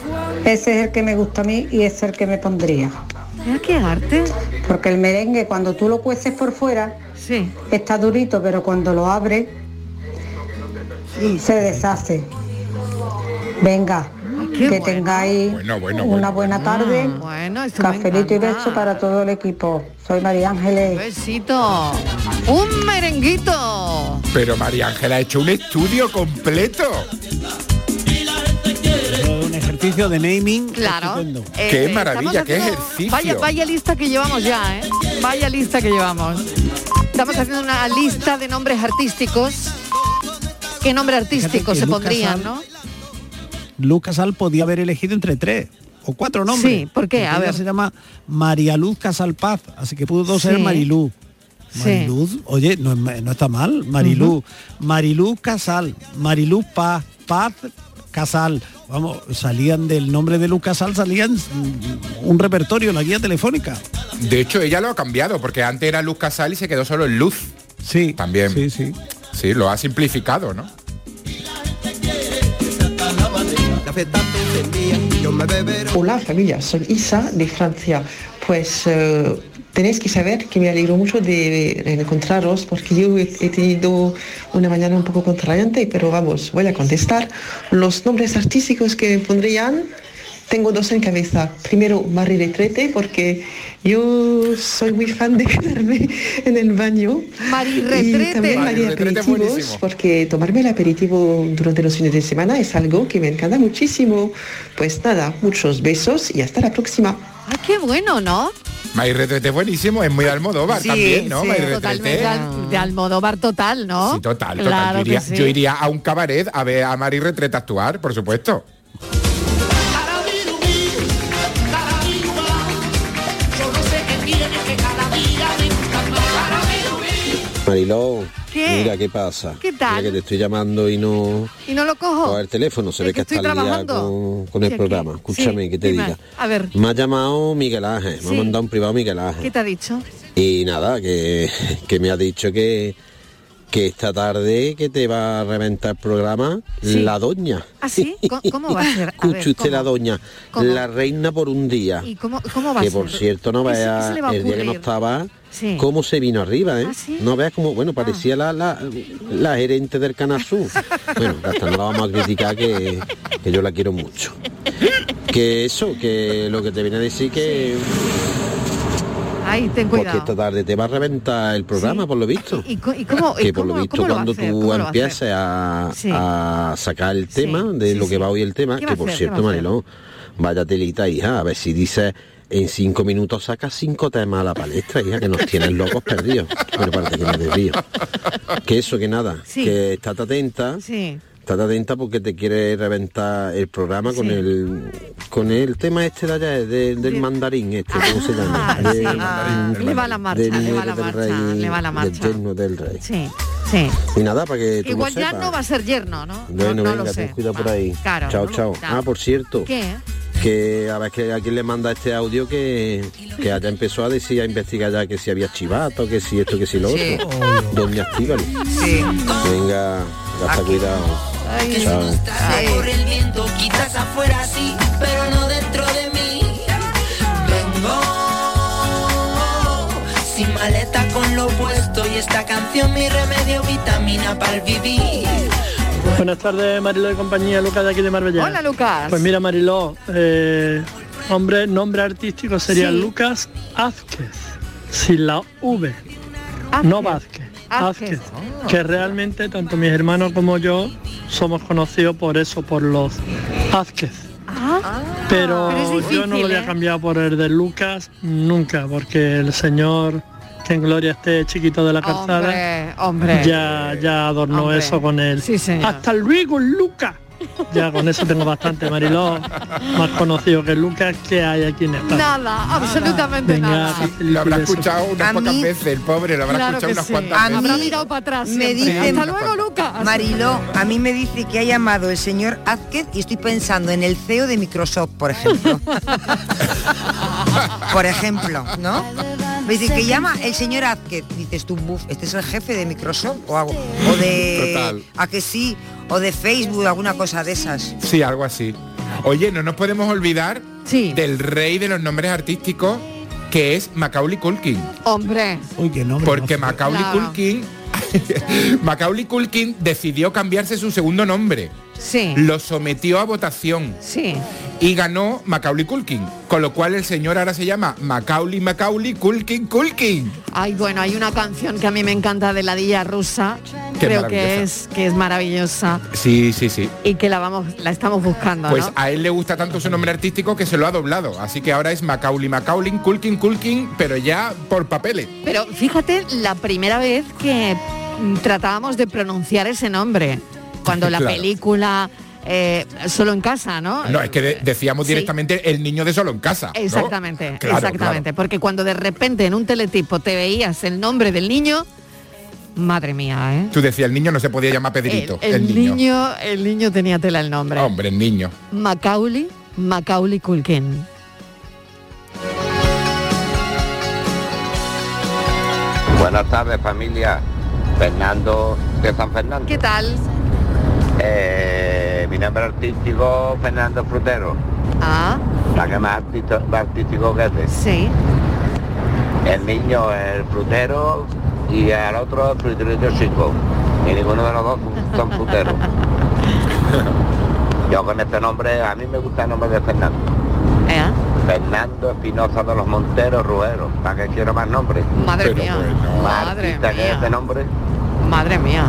Ese es el que me gusta a mí y es el que me pondría.
Ah, qué arte.
Porque el merengue cuando tú lo cueces por fuera está durito, pero cuando lo abres se deshace. Venga,
Ah,
que tengáis una buena tarde. Cafelito y beso para todo el equipo. Soy María Ángeles.
Besito. Un merenguito.
Pero María Ángela ha hecho un estudio completo.
Un ejercicio de naming.
Claro.
estupendo.
Eh,
Qué
estamos
maravilla, qué
haciendo-
ejercicio.
Vaya, vaya lista que llevamos ya, ¿eh? Vaya lista que llevamos. Estamos haciendo una lista de nombres artísticos. ¿Qué nombre artístico
que
se
Lucas
pondrían,
Al-
no?
Luz Casal podía haber elegido entre tres o cuatro nombres.
Sí, ¿por qué?
Porque
A
ella
ver.
se llama María Luz Casal Paz, así que pudo ser
Sí.
Marilú.
Sí.
Mariluz, oye, no, es ma- no está mal, Marilú. Marilú Casal, Marilú Paz, Paz Casal. Vamos, salían del nombre de Luz Casal, salían mm, un repertorio, la guía telefónica.
De hecho, ella lo ha cambiado, porque antes era Luz Casal y se quedó solo en Luz.
Sí.
También. Sí,
sí.
Sí, lo ha simplificado, ¿no?
Hola familia, soy Isa de Francia. Pues eh, tenéis que saber que me alegro mucho de encontraros porque yo he, he tenido una mañana un poco contrariante, pero vamos, voy a contestar. Los nombres artísticos que me pondrían, tengo dos en cabeza. Primero, Marie Retrete, porque yo soy muy fan de quedarme en el baño.
Marie
Y
Retrete.
también
Marie
Marie
Retrete,
Aperitivos,
buenísimo.
porque tomarme el aperitivo durante los fines de semana es algo que me encanta muchísimo. Pues nada, muchos besos y hasta la próxima.
Ah, qué bueno, ¿no?
May Retrete es buenísimo, es muy de Almodóvar
Sí,
también, ¿no?
sí,
May Retrete.
totalmente de, Al- de Almodóvar total, ¿no?
Sí, total, total.
Claro
yo, iría,
que sí.
yo iría a un cabaret a ver a Mari Retrete actuar, por supuesto.
Yo no sé qué tiene que cada día me gusta más.
Mariló,
¿Qué?
mira qué pasa.
¿Qué tal?
Mira que te estoy llamando y no
Y no lo cojo.
coge el teléfono, se
Es
ve
que
que,
estoy
está al día
trabajando.
con, con el
Sí, aquí.
programa. Escúchame,
Sí,
que te
dime.
diga.
A ver,
Me ha llamado Miguel Ángel, me
Sí.
ha mandado un privado Miguel Ángel.
¿qué te ha dicho?
Y nada, que, que me ha dicho que, que esta tarde que te va a reventar el programa
Sí.
la doña.
¿Ah, sí? ¿Cómo, cómo va a ser? A ver,
Escuche usted la
¿cómo?
doña,
¿Cómo?
la reina por un día.
¿Y cómo, cómo va a
que
ser?
por cierto no
¿Qué se- qué
veas
se le va a
el día que no
ocurrir?
estaba
Sí. ¿Ah,
cómo se vino arriba ¿eh? no veas como bueno parecía la, la, la gerente del
[laughs]
Canasú bueno hasta no la vamos a criticar que, que yo la quiero mucho que eso que lo que te viene a decir que
Ay, ten
pues que
cuidado.
esta tarde te va a reventar el programa por lo visto
¿Y, co- y cómo, y
que por
cómo-
lo visto
cómo va a
cuando
hacer?
tú
¿Cómo lo va a hacer?
empieces a,
Sí.
a sacar el tema de lo que va hoy el tema,
¿Qué
que
va a
por
hacer? ¿Qué
cierto,
va a hacer?
Marilón, vaya telita, hija, a ver si dices en cinco minutos sacas cinco temas a la palestra, hija, que
[laughs]
nos tienes locos perdidos. Bueno, parece que me desvío. Que eso, que nada,
Sí.
que estate atenta.
Sí.
Estate atenta porque te quiere reventar el programa con
Sí.
el con el tema este de allá, de- del mandarín este, ¿cómo se llama?
Ah, sí.
Del-
Le va la marcha,
del
le va
nuero
la
del
marcha,
rey,
le va la
Del
marcha.
yerno del rey.
Sí, sí.
Y nada, para que tú
Igual
lo
ya
sepas.
no va a ser yerno, ¿no?
Bueno,
no, no
venga,
lo
ten
sé.
cuidado por ahí.
Claro,
chao,
no lo-
chao.
claro.
Ah, por cierto,
¿Qué?
que a ver que a quién le manda este audio que, que allá empezó a decir, a investigar ya que si había chivato, que si esto, que si lo
Sí.
otro. Doña Estíbal.
Oh.
Sí.
Venga, gasta cuidado.
Ay.
Chao.
Se corre el viento, quizás afuera sí, pero no dentro de mí. Vengo y esta canción mi remedio, vitamina para vivir.
Buenas tardes, Mariló y compañía, Lucas de aquí de Marbella.
Hola, Lucas.
Pues mira, Mariló, eh, hombre, nombre artístico sería
Sí.
LucasÁzquez, sin la V, no Vázquez.
Vázquez. Oh.
Vázquez, que realmente tanto mis hermanos como yo somos conocidos por eso, por los Vázquez. Pero,
Ah. Pero es
yo no
difícil,
lo voy
¿eh?
a cambiar por el de Lucas nunca, porque el señor que en gloria esté chiquito de la calzada,
hombre.
ya, ya adornó
Hombre.
eso con él. Hasta luego, Luca. ya con eso tengo bastante, Mariló, más conocido que Lucas que hay aquí en España.
Nada, absolutamente nada.
Lo habrá escuchado unas
A
pocas
mí-
veces, el pobre, lo habrá
Claro
escuchado
que
unas
sí.
cuantas veces.
Habrá mirado para atrás.
Me
siempre.
dice
Hasta luego, Lucas.
Mariló, a mí me dice que ha llamado el señor Azquez y estoy pensando en el CEO de Microsoft,
[laughs]
por ejemplo. por ejemplo, ¿no? Me dice que llama el señor Azquez. Dices tú, buf, este es el jefe de Microsoft o algo. O de.
Total.
A que sí, o de Facebook, alguna cosa de esas.
Sí, algo así. Oye, no nos podemos olvidar del rey de los nombres artísticos, que es Macaulay Culkin.
Hombre.
Uy, qué nombre.
Porque Macaulay
Claro.
Culkin [laughs] Macaulay Culkin decidió cambiarse su segundo nombre.
¿eh? Sí.
Lo sometió a votación.
Sí.
Y ganó Macaulay Culkin, con lo cual el señor ahora se llama Macaulay Macaulay Culkin Culkin.
Ay, bueno, hay una canción que a mí me encanta de la Dilla Rusa.
Qué
creo que es
maravillosa.
que es maravillosa
Sí, sí, sí.
y que la vamos la estamos buscando,
Pues
¿no?
a él le gusta tanto su nombre artístico que se lo ha doblado, así que ahora es Macaulay Macaulay Culkin Culkin, pero ya por papeles.
Pero fíjate la primera vez que mm, tratábamos de pronunciar ese nombre
[laughs]
cuando la
Claro.
película eh, solo en casa, ¿no?
No, es que de- decíamos
Sí.
directamente el niño de solo en casa. ¿no?
Exactamente,
Claro,
exactamente. Porque cuando de repente en un teletipo te veías el nombre del niño, madre mía, ¿eh?
Tú decías, el niño no se podía llamar Pedrito. El,
el, el
niño.
niño. el niño tenía tela el nombre.
Hombre, el niño.
Macaulay, Macaulay Culkin.
Buenas tardes familia, Fernando de San Fernando.
¿Qué tal?
Eh, mi nombre artístico Fernando Frutero.
Ah,
La que más artito- más artístico que hace.
sí.
El niño es el frutero y al otro el fruterito chico. Y ninguno de los dos son
[laughs]
fruteros. Yo con este nombre, a mí me gusta el nombre de Fernando.
¿Eh?
Fernando Espinosa de los Monteros Rueros. ¿Para qué quiero más nombres?
Madre Pero mía. bueno.
Más
Madre
artista que
mía.
este nombre.
Madre mía.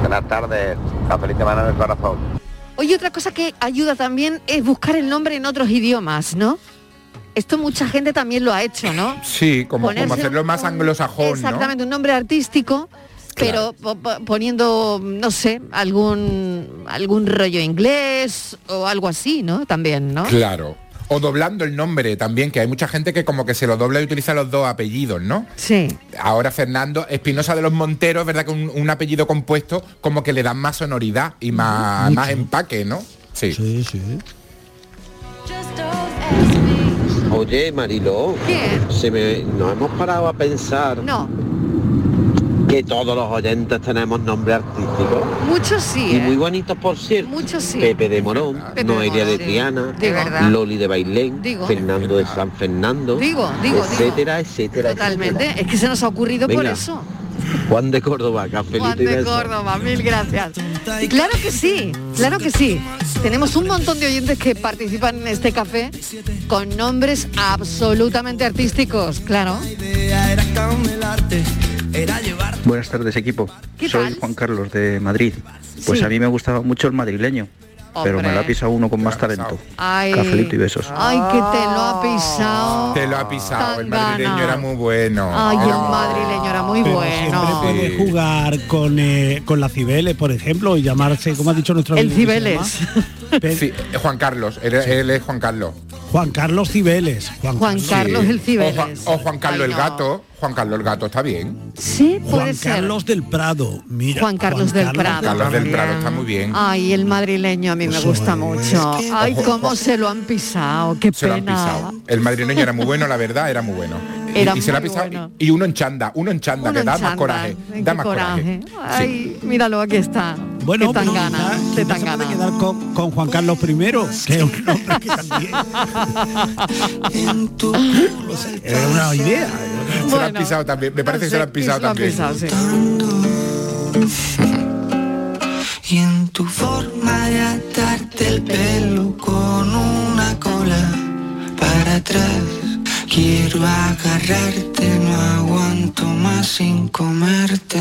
Buenas tardes, la feliz semana del corazón.
Oye, otra cosa que ayuda también es buscar el nombre en otros idiomas, ¿no? Esto mucha gente también lo ha hecho, ¿no?
Sí, como, como
Ponerse
hacerlo más anglosajón, ¿no?
Exactamente, un nombre artístico, pero po- po- poniendo, no sé, algún algún rollo inglés o algo así, ¿no? También, ¿no?
Claro. O doblando el nombre también, que hay mucha gente que como que se lo dobla y utiliza los dos apellidos, ¿no?
Sí.
Ahora Fernando Espinosa de los Monteros, ¿verdad? Que un, un apellido compuesto como que le da más sonoridad y más, más empaque, ¿no? Sí.
Sí,
[laughs]
[laughs]
sí.
Oye, Mariló, se me, nos hemos parado a pensar
No,
que todos los oyentes tenemos nombre artístico.
muchos sí,
Y muy
¿eh?
bonitos, por cierto.
Muchos sí.
Pepe de Morón,
Pepe de
Noelia de
Morón, sí.
Triana,
De verdad.
Loli de Bailén,
Digo.
Fernando de San Fernando,
Digo, digo, digo.
etcétera, etcétera,
Totalmente,
etcétera.
es que se nos ha ocurrido por
Venga.
eso.
Juan de Córdoba, cafelito
Juan
y
de
besos.
Córdoba, mil gracias. Claro que sí, claro que sí. Tenemos un montón de oyentes que participan en este café con nombres absolutamente artísticos, claro.
Era camelarte, era llevarte.
Buenas tardes equipo, soy Juan Carlos de Madrid. Pues
Sí.
a mí me gustaba mucho el madrileño, pero me
Hombre.
la ha pisado uno con más talento.
Ay,
Cafelito y besos.
Ay, que te lo ha pisado.
Te lo ha pisado, el
Tangana.
madrileño era muy bueno.
Oh, Ay, el madrileño era muy bueno.
Puede jugar con, eh, con la Cibeles, por ejemplo, y llamarse, como ha dicho nuestro
El
amigo que se
Cibeles.
Sí, eh, Juan Carlos, él, él es Juan Carlos.
llama Juan Carlos Cibeles. Juan,
Juan Carlos el
O Juan,
Cibeles.
o Juan Carlos
Ay,
el
no.
gato. Juan Carlos el gato está bien.
Sí, puede
Juan
ser.
Carlos del Prado. Mira,
Juan Carlos del Prado.
Carlos del Prado está muy bien.
Ay, el madrileño a mí me gusta mucho. Ay,
Ojo,
cómo
ojo.
se lo han pisado, qué
Se lo han
pena.
pisado. El madrileño era muy bueno, la verdad, era muy bueno. Y-
Era
y, se lo ha
muy
pisado.
bueno.
Y uno en chanda, uno en chanda,
Uno
que da más
en chándal,
coraje.
qué
Da más
coraje.
coraje.
Ay, míralo, aquí está. Bueno, tan gana, qué tan gana.
Quedar con, con Juan Carlos I, que es un nombre que también es una idea.
Se lo han pisado también. Me parece que se lo han pisado también.
[laughs] Y en tu forma de atarte el pelo con una cola para atrás. Quiero agarrarte, no aguanto más sin comerte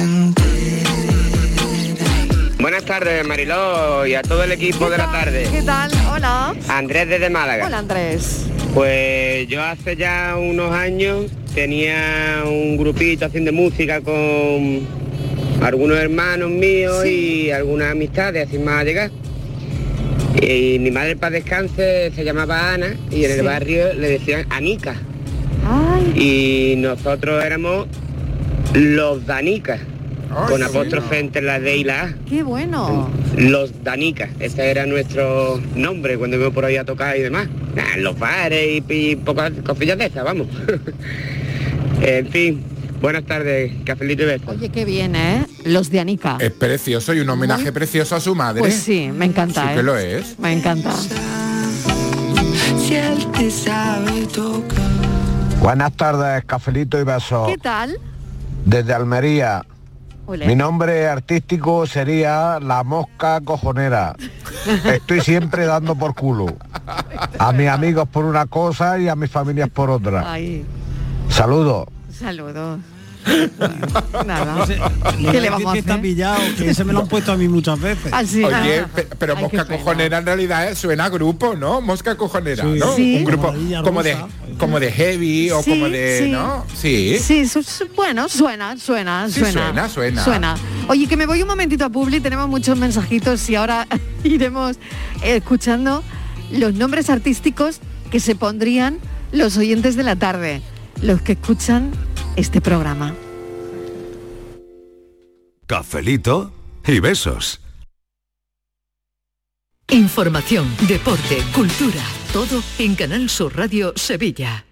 Buenas tardes, Mariló, y a todo el equipo de la tarde.
¿Qué tal? Hola.
Andrés desde Málaga.
Hola Andrés.
Pues yo hace ya unos años tenía un grupito haciendo música con algunos hermanos míos y algunas amistades, así más llegar. Y mi madre para descanse se llamaba Ana y en el
Sí.
barrio le decían Anica. Y nosotros éramos los Danicas, con
qué
apóstrofe entre la D y la A.
Qué bueno.
Los Danicas, ese era nuestro nombre cuando íbamos por ahí a tocar y demás. Nah, en los bares y, y pocas cosillas de esas, vamos. [laughs] en fin, buenas tardes, cafelito y besos.
Oye, qué bien, ¿eh? Los de Anica.
Es precioso y un homenaje precioso a su madre.
Pues sí, me encanta.
Sí
¿eh?
que lo es.
Me encanta.
Si él te sabe tocar.
Buenas tardes, cafelito y besos.
¿Qué tal?
Desde Almería.
Ole.
Mi nombre artístico sería La Mosca Cojonera. Estoy siempre dando por culo. A mis amigos por una cosa y a mis familias por otra.
Ay,
Saludos.
[laughs]
saludos. Nada. ¿Qué le vamos a
que está
hacer?
pillado, que ese me lo han puesto a mí muchas veces.
Así,
Oye,
ah.
pe- pero Mosca Cojonera en realidad eh, suena a grupo, ¿no? Mosca Cojonera,
Sí.
¿no?
Sí.
Un grupo
Maravilla
como de,
rusa.
como de heavy o
Sí,
como de.
sí.
¿No? Sí.
Sí, su- su- bueno, suena, suena,
Sí,
suena.
suena, suena.
Oye, que me voy un momentito a Publi, tenemos muchos mensajitos y ahora [laughs] iremos eh, escuchando los nombres artísticos que se pondrían los oyentes de la tarde, los que escuchan este programa.
Cafelito y besos.
Información, deporte, cultura, todo en Canal Sur Radio Sevilla.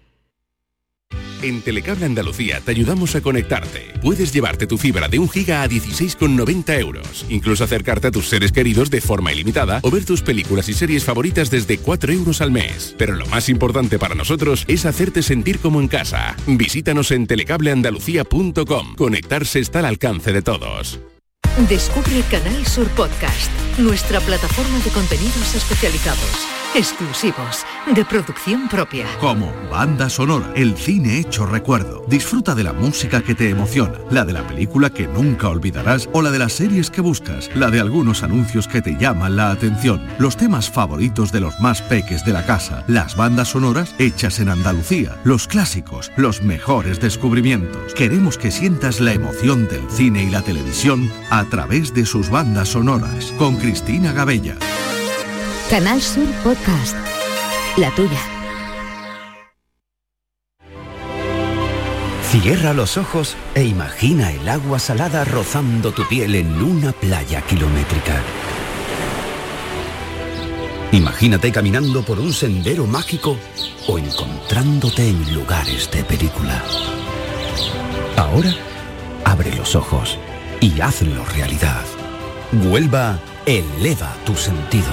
En Telecable Andalucía te ayudamos a conectarte. Puedes llevarte tu fibra de 1 giga a 16,90 euros. Incluso acercarte a tus seres queridos de forma ilimitada o ver tus películas y series favoritas desde 4 euros al mes. Pero lo más importante para nosotros es hacerte sentir como en casa. Visítanos en telecableandalucía.com. Conectarse está al alcance de todos.
Descubre Canal Sur Podcast, nuestra plataforma de contenidos especializados, exclusivos, de producción propia.
Como banda sonora, el cine hecho recuerdo. Disfruta de la música que te emociona, la de la película que nunca olvidarás o la de las series que buscas, la de algunos anuncios que te llaman la atención, los temas favoritos de los más peques de la casa, las bandas sonoras hechas en Andalucía, los clásicos, los mejores descubrimientos. Queremos que sientas la emoción del cine y la televisión a través de sus bandas sonoras. Con Cristina Gabella.
Canal Sur Podcast. La tuya.
Cierra los ojos e imagina el agua salada rozando tu piel en una playa kilométrica. Imagínate caminando por un sendero mágico o encontrándote en lugares de película. Ahora, abre los ojos y hazlo realidad. Huelva eleva tus sentidos.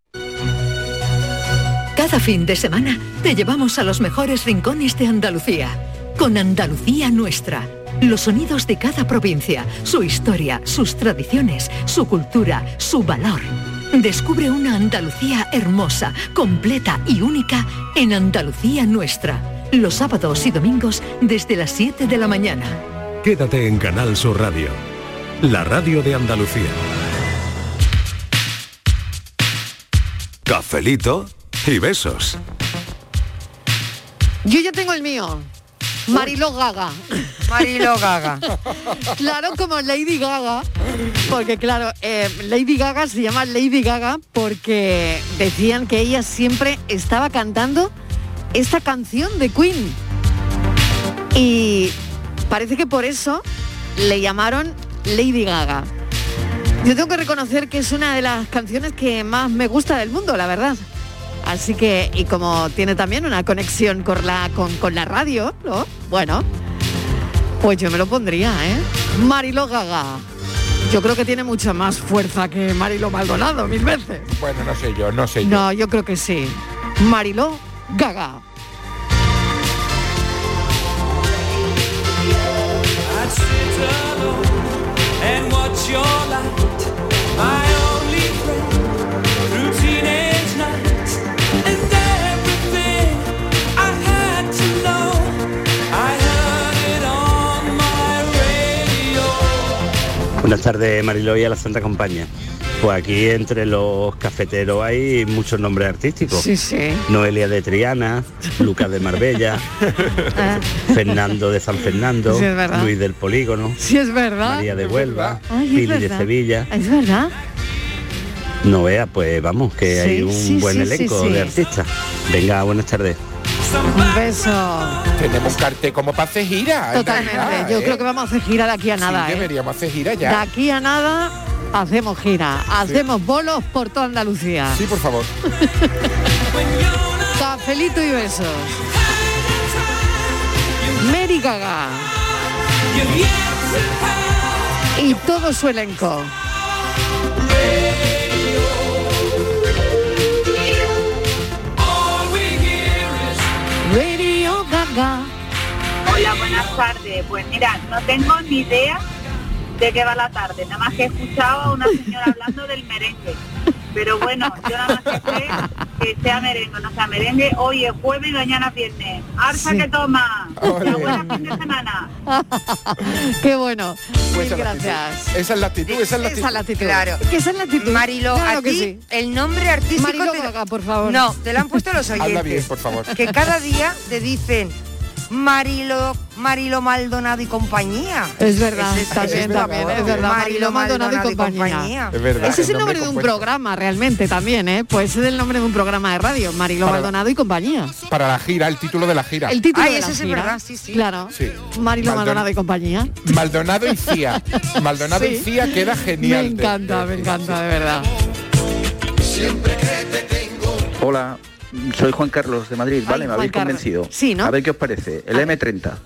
Cada fin de semana te llevamos a los mejores rincones de Andalucía, con Andalucía Nuestra. Los sonidos de cada provincia, su historia, sus tradiciones, su cultura, su valor. Descubre una Andalucía hermosa, completa y única en Andalucía Nuestra. Los sábados y domingos desde las 7 de la mañana.
Quédate en Canal Sur Radio, la radio de Andalucía. Cafelito y besos.
Yo ya tengo el mío. Mariló Gaga.
Mariló Gaga.
[laughs] claro, como Lady Gaga. Porque claro, eh, Lady Gaga se llama Lady Gaga porque decían que ella siempre estaba cantando esta canción de Queen. Y Parece que por eso le llamaron Lady Gaga. Yo tengo que reconocer que es una de las canciones que más me gusta del mundo, la verdad. Así que, y como tiene también una conexión con la, con, con la radio, ¿no? Bueno, pues yo me lo pondría, ¿eh? Marilo Gaga. Yo creo que tiene mucha más fuerza que Marilo Maldonado, mil veces.
Bueno, no sé yo, no sé yo.
No, yo creo que sí. Marilo Gaga.
I'd sit alone and watch your light, my only friend, through teenage nights. And everything I had to know, I heard it on my radio.
Buenas tardes, Mariló y a la Santa Compañía. Pues aquí entre los cafeteros hay muchos nombres artísticos.
Sí, sí.
Noelia de Triana, Lucas de Marbella,
[laughs] Ah,
Fernando de San Fernando,
Sí, es verdad.
Luis del Polígono,
sí, es verdad.
María de Huelva,
Ay, es
Pili de
verdad.
Sevilla.
Es verdad.
No vea, pues vamos, que
Sí,
hay un
sí,
buen
sí, sí,
elenco
sí.
de artistas. Venga, buenas tardes.
Un beso.
Tenemos cartel como para hacer gira.
Totalmente. Yo
eh.
creo que vamos a hacer gira de aquí a nada. ¿eh?
deberíamos hacer gira
De
ya.
aquí a nada hacemos gira. Hacemos bolos por toda Andalucía.
Sí, por favor.
[laughs] Cafelito y besos. Mary Gaga. Y todo su elenco. [laughs] Radio Gaga.
Hola, buenas tardes. Pues mira, no tengo ni idea de qué va la tarde. Nada más que he escuchado a una señora hablando del merengue. Pero bueno, yo nada más que sé que sea merengue o no sea merengue. Hoy es jueves y mañana es viernes. Arsa
Sí.
que toma.
Ole.
La buena fin de semana.
Qué bueno.
Pues
Mil
esa es la
gracias.
actitud. Esa es la actitud, esa es la actitud.
Claro.
Que esa es la actitud.
Marilo,
Claro
a
que
ti
sí.
el nombre artístico
Marilo
te lo-
Gaga, por favor.
No, te lo han puesto los
[laughs]
oyentes.
Habla bien, por favor.
Que cada día te dicen Marilo, Marilo Maldonado y compañía.
Es verdad,
Ese es-
también,
ese es
también,
verdad.
es verdad. Marilo Maldonado y compañía.
Es verdad,
Ese es el nombre de un
compuesto.
programa realmente también, ¿eh? Pues es el nombre de un programa de radio, Marilo
Para-
Maldonado y compañía.
Para la gira, el título de la gira.
El título
Ay,
de la
ese es
gira.
verdad, sí, sí.
Claro.
Ah, Sí.
Marilo
Maldon-
Maldonado y compañía.
Maldonado y Cía. Maldonado y
Sí.
Cía queda genial.
Me encanta, me encanta, de verdad.
Hola, soy Juan Carlos de Madrid, ¿vale? Me
Juan
habéis
Carlos.
convencido.
Sí, ¿no?
A ver qué os parece. El M30.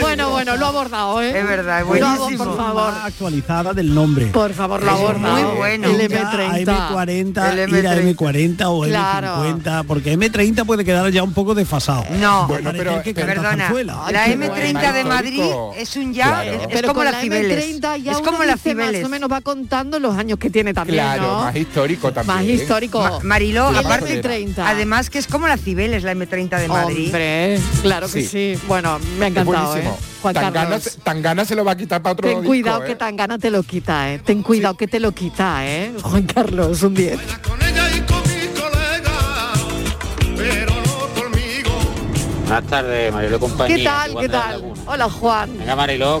bueno, bueno, lo ha abordado, ¿eh?
Es verdad, es
Lo ha-
buenísimo.
Por favor,
actualizada del nombre.
por favor, lo ha abordado.
muy bueno.
Eh, El
Ya,
M30.
M40, ir a M40 o
Claro.
M50, porque M30 puede quedar ya un poco desfasado.
No,
Bueno, pero,
que
pero-
canta
Perdona,
zarzuela.
la
Ay, qué
M30 de
bueno.
Madrid
Histórico.
es un ya,
Claro.
es- es,
Pero
como
con
la Cibeles.
M30 ya
Es
uno
como la
dice más o
Cibeles.
menos va contando los años que tiene también,
claro,
¿no?
más histórico también.
Más histórico.
Ma- Mariló,
El
aparte,
M30.
además que es como la Cibeles, la M30 de Madrid.
Hombre, claro que sí.
Sí.
Bueno, me ha
Es
encantado, ¿eh?
buenísimo.
Juan
Tangana,
Carlos.
Tangana se lo va a quitar para otro
Ten
disco,
cuidado
¿eh?
que tan gana te lo quita, ¿eh? Ten cuidado que te lo quita, ¿eh? Juan Carlos, un 10.
Buenas tardes, Mariló y compañía.
¿Qué tal?
Juan
¿Qué
de la
tal?
Laguna.
Hola, Juan.
Venga, Mariló,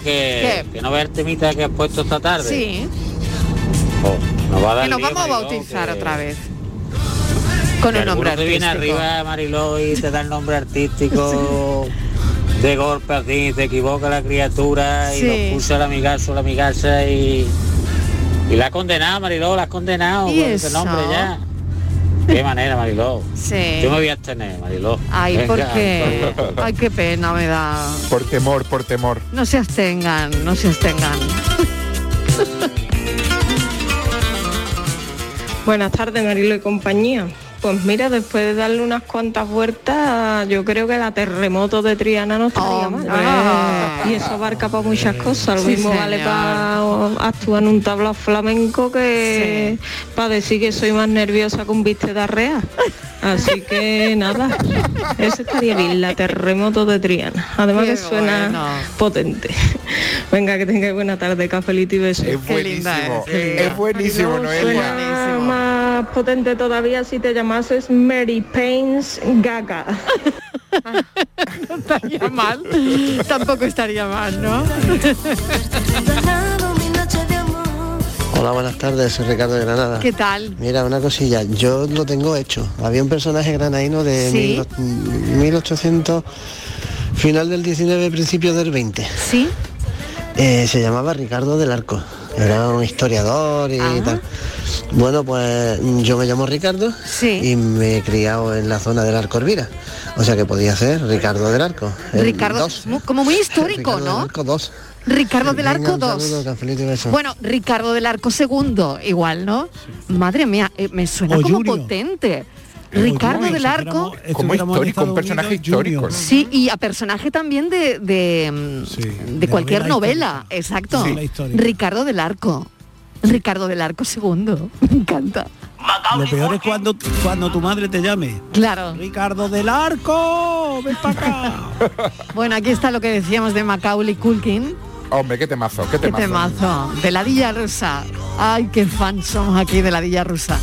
¿Qué?
que, que no veas el temita que has puesto esta tarde.
Sí,
Nos va a dar
que nos
lío,
vamos a
Mariló,
bautizar
que-
otra vez. Con
que
el nombre
alguno te viene
artístico.
arriba, Mariló, y te da el nombre
[laughs]
artístico de golpe así, se equivoca la criatura y
Sí.
lo puso el amigazo, la amigaza y... Y la ha condenado, Mariló, la has condenado
¿Y
con ese
eso?
nombre ya. Qué manera, Mariló.
[laughs] Sí.
Yo me voy a abstener, Mariló.
Ay,
Venga.
¿por
[laughs]
qué? Ay, qué pena me da.
Por temor, por temor.
No se abstengan, no se abstengan. [laughs]
[laughs] Buenas tardes, Marilo y compañía. Pues mira, después de darle unas cuantas vueltas, yo creo que la terremoto de Triana no estaría mal. Ah, y eso abarca para muchas cosas. Lo
Sí,
mismo vale
señor.
para o, actuar en un tablao flamenco que para decir que soy más nerviosa que un viste de arrea. Así que nada, eso estaría bien, la terremoto de Triana. Además
Qué
que suena
bueno.
potente. Venga, que tengáis buena tarde, cafelito y besos.
Es buenísimo. Es buenísimo, Noelia.
Suena más potente todavía si te llamases Mary Pains
[laughs]
Gaga.
Estaría mal. Tampoco estaría mal, ¿no?
Hola, buenas tardes, soy Ricardo de Granada.
¿Qué tal?
Mira, una cosilla, yo lo tengo hecho. Había un personaje granadino de
Sí.
mil- 1800, final del 19, principio del 20.
Sí.
se llamaba Ricardo del Arco. Era un historiador y tal. Bueno, pues yo me llamo Ricardo y me he criado en la zona del Arco Hervira. O sea que podía ser Ricardo del Arco. el
Ricardo,
dos.
mu- como muy histórico,
Ricardo del
¿no?
Arco 2.
Ricardo del
Venga,
Arco
un saludo,
2.
cafelito y besos.
Bueno, Ricardo del Arco segundo, igual, ¿no? Madre mía, eh, me suena
O
como
Junior.
Eh,
potente. Ricardo del Arco.
Como histórico, un personaje histórico. ¿no?
Sí, y a personaje también de, de, mm, de cualquier novela, exacto.
Sí. Novela histórica.
Ricardo del Arco. Ricardo del Arco segundo. [laughs] Me encanta.
Lo peor es cuando, cuando tu madre te llame.
Claro.
Ricardo del Arco, ven para acá.
[laughs] Bueno, aquí está lo que decíamos de Macaulay Culkin.
Hombre, qué temazo, qué
Qué
temazo.
temazo. De la Villa Rusa. Ay, qué fans somos aquí de la Villa Rusa.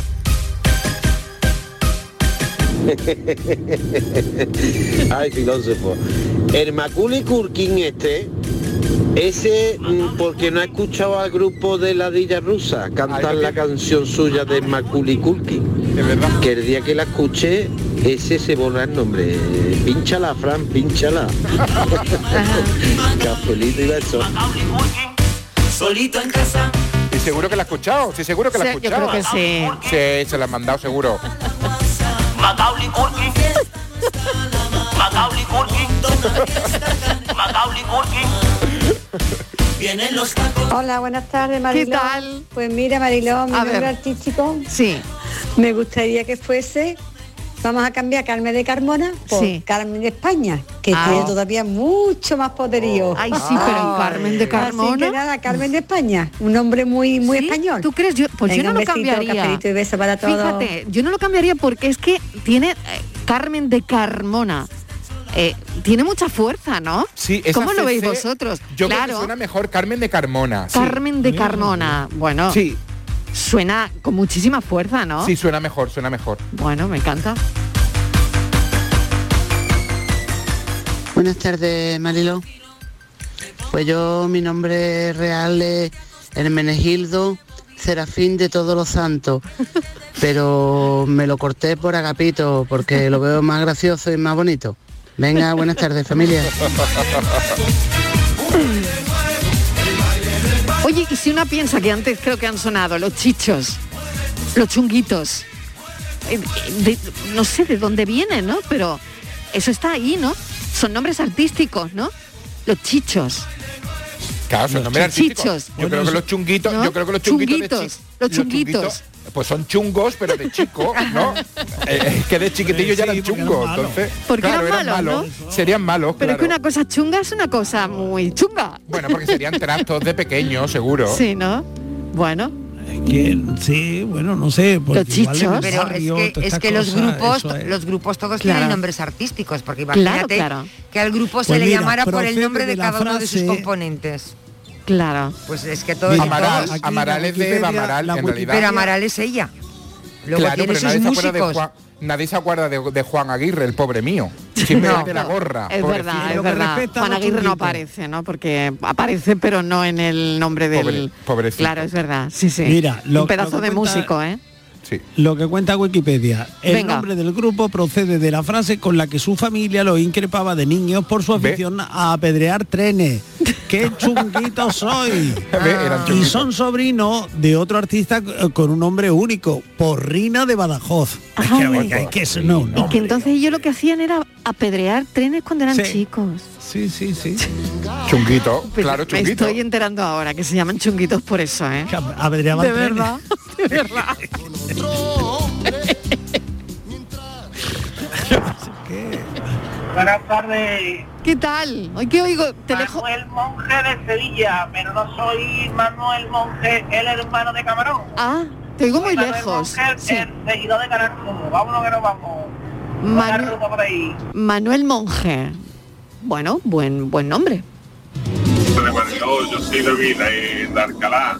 [laughs] Ay, filósofo. El Maculi Kurkin este, ese mm, porque no ha escuchado al grupo de la Dilla Rusa cantar la canción suya de Maculi Kurkin. Que el día que la escuche, ese se borra el nombre. Pínchala, Fran, pínchala. Cafelito y besos.
Solito en casa. Y seguro que la ha escuchado, sí, seguro que la ha
Sí, yo
escuchado.
creo que
Sí, se la han mandado seguro.
Macaulay Culkin. Macaulay Culkin. Macaulay Culkin. Vienen los tacos.
Hola, buenas tardes, Mariló.
¿Qué tal?
Pues mira, Mariló, mi
A
nombre
ver.
artístico.
Sí.
Me gustaría que fuese. Vamos a cambiar Carmen de Carmona por
Sí.
Carmen de España, que
Ah.
tiene todavía mucho más poderío.
Ay, sí, pero Carmen de
Así
Carmona.
que nada, Carmen de España, un nombre muy muy español. ¿Tú
crees? Yo, Pues yo no lo cambiaría.
y beso para todos.
Fíjate, yo no lo cambiaría porque es que tiene eh, Carmen de Carmona. Eh, tiene mucha fuerza, ¿no?
Sí, esa
¿Cómo
CC,
lo veis vosotros?
Yo creo que
claro,
suena mejor Carmen de Carmona. sí.
Carmen de Carmona. Bueno,
Sí.
suena con muchísima fuerza, ¿no?
Sí, suena mejor, suena mejor.
¿Ah? Bueno, me encanta.
Buenas tardes, Marilo. Pues yo, mi nombre real es Hermenegildo Serafín de Todos los Santos, pero me lo corté por Agapito porque lo veo más gracioso y más bonito. Venga, buenas tardes,
[laughs]
familia.
Oye, y si una piensa que antes creo que han sonado los chichos, los chunguitos, eh, de- no sé de dónde vienen, ¿no? Pero eso está ahí, ¿no? Son nombres artísticos, ¿no? Los chichos.
Claro, son nombres
chichichos.
artísticos. Yo
Bueno,
creo que
eso-
los chunguitos,
¿no?
yo creo que los chunguitos, de chi-
Chunguitos, los chunguitos.
pues son chungos, pero de chico,
[laughs]
¿no? Eh, es que de chiquitillo ya eran chungos, entonces.
Porque
claro,
eran malos,
Serían malos,
Pero es que
claro.
una cosa chunga es una cosa muy chunga.
Bueno, porque serían trastos de pequeño, seguro.
Sí, ¿no? Bueno,
¿Quién? Sí, bueno, no sé. pues, porque igual en el
Pero es
barrio,
que,
toda
es
esta
que los
cosa,
grupos,
eso es.
los grupos todos
Claro.
tienen nombres artísticos, porque
Claro,
imagínate
claro.
que al grupo se
Pues
le
mira,
llamara por el
procede
nombre de,
de la
cada uno de sus
frase-
componentes.
Claro.
Pues es que todo
Todos-
es
Amaral,
todos-
Amaral es de Amaral, en realidad.
Pero Amaral es ella. Luego
claro,
tiene
pero
sus
nadie se, acuerda de
músicos.
Juan, nadie se acuerda de, de Juan Aguirre, el pobre
[laughs]
mío. Siempre
No.
es de la gorra.
es
pobrecito.
verdad, es verdad. Juan Aguirre no aparece, ¿no? Porque aparece, pero no en el nombre del...
pobrecito.
Claro, es verdad, sí, sí.
Mira, lo-
Un pedazo
lo que
de
cuenta-
músico, ¿eh?
Lo que cuenta Wikipedia. El
Venga.
nombre del grupo procede de la frase con la que su familia lo increpaba de niños por su afición a apedrear trenes. ¡Qué chunguito soy! Ah. y son sobrinos de otro artista eh, con un nombre único, Porrina de Badajoz. Es que, oiga, es que es- no, no.
Es que entonces ellos lo que hacían era apedrear trenes cuando eran
Sí.
chicos.
Sí, sí, sí.
Chunguito,
Pues
claro,
Me
chunguito.
estoy enterando ahora que se llaman chunguitos por eso, ¿eh? De
apedreaban trenes.
verdad, de verdad.
Buenas tardes.
¿Qué tal? Hoy que oigo, te dejo...
Manuel Monje de Sevilla, pero no soy Manuel Monje, el hermano de Camarón.
Ah, te oigo muy
Manuel
lejos.
Monge,
Sí.
el seguidor de Canal Sur. Vámonos que nos vamos.
Manu-
Canal Sur por ahí.
Manuel Monje. Bueno, buen, buen nombre.
de Mariló, pues, yo soy David de, de Alcalá.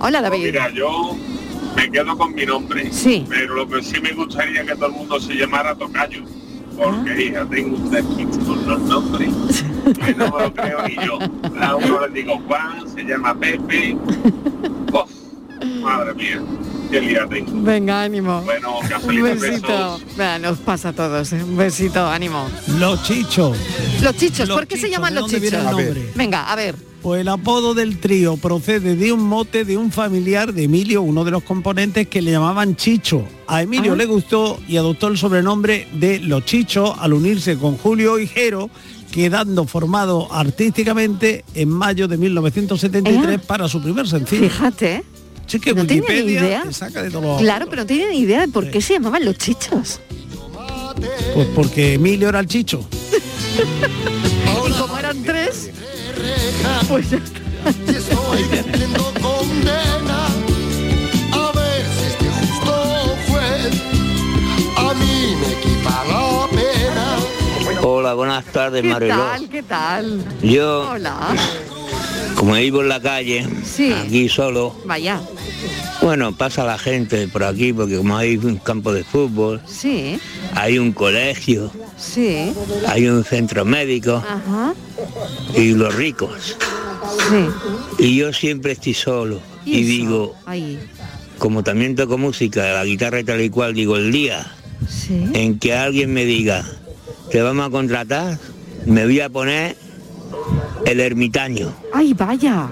Hola,
Pues
David.
mira, yo me quedo con mi nombre,
Sí.
pero lo que sí me gustaría que todo el mundo se llamara Tocayo, porque
Ah.
hija, tengo un despiste con los nombres,
[laughs]
que no me lo
[laughs]
creo ni yo. A uno le digo Juan, se llama Pepe, ¡Uf! Madre mía, qué día tengo.
Venga, ánimo.
Bueno,
Un
gasolina,
besito.
besos.
Venga, nos pasa a todos. ¿eh? Un besito, ánimo.
Los chichos.
Los chichos,
Los
¿por qué se
chichos,
llaman
¿de
los
dónde
chichos?
viene el A ver. nombre?
Venga, a ver.
Pues el apodo del trío procede de un mote de un familiar de Emilio, uno de los componentes que le llamaban Chicho. A Emilio
Ah.
le gustó y adoptó el sobrenombre de Los Chichos al unirse con Julio Hijero, quedando formado artísticamente en mayo de 1973 para su primer sencillo.
Fíjate.
Sí que
No tenía ni
Wikipedia
idea.
te saca de todos los-
Claro, pero no tiene ni idea de por qué se llamaban los chichos.
Pues porque Emilio era el Chicho.
Y como eran tres, pues ya está.
Y estoy cumpliendo condena. A ver si este justo juez a mí me quita la pena.
Hola, buenas tardes,
¿Qué
Mariló.
tal? ¿Qué tal?
Yo-
Hola.
Como vivo en la calle,
Sí.
aquí solo,
Vaya.
bueno, pasa la gente por aquí, porque como hay un campo de fútbol,
Sí,
hay un colegio,
sí.
hay un centro médico
Ajá.
y los ricos. Y yo siempre estoy solo
¿Y
y,
eso?
digo,
Ahí.
como también toco música, la guitarra y tal y cual, digo, el día
Sí.
en que alguien me diga, te vamos a contratar, me voy a poner el ermitaño.
Ay, vaya.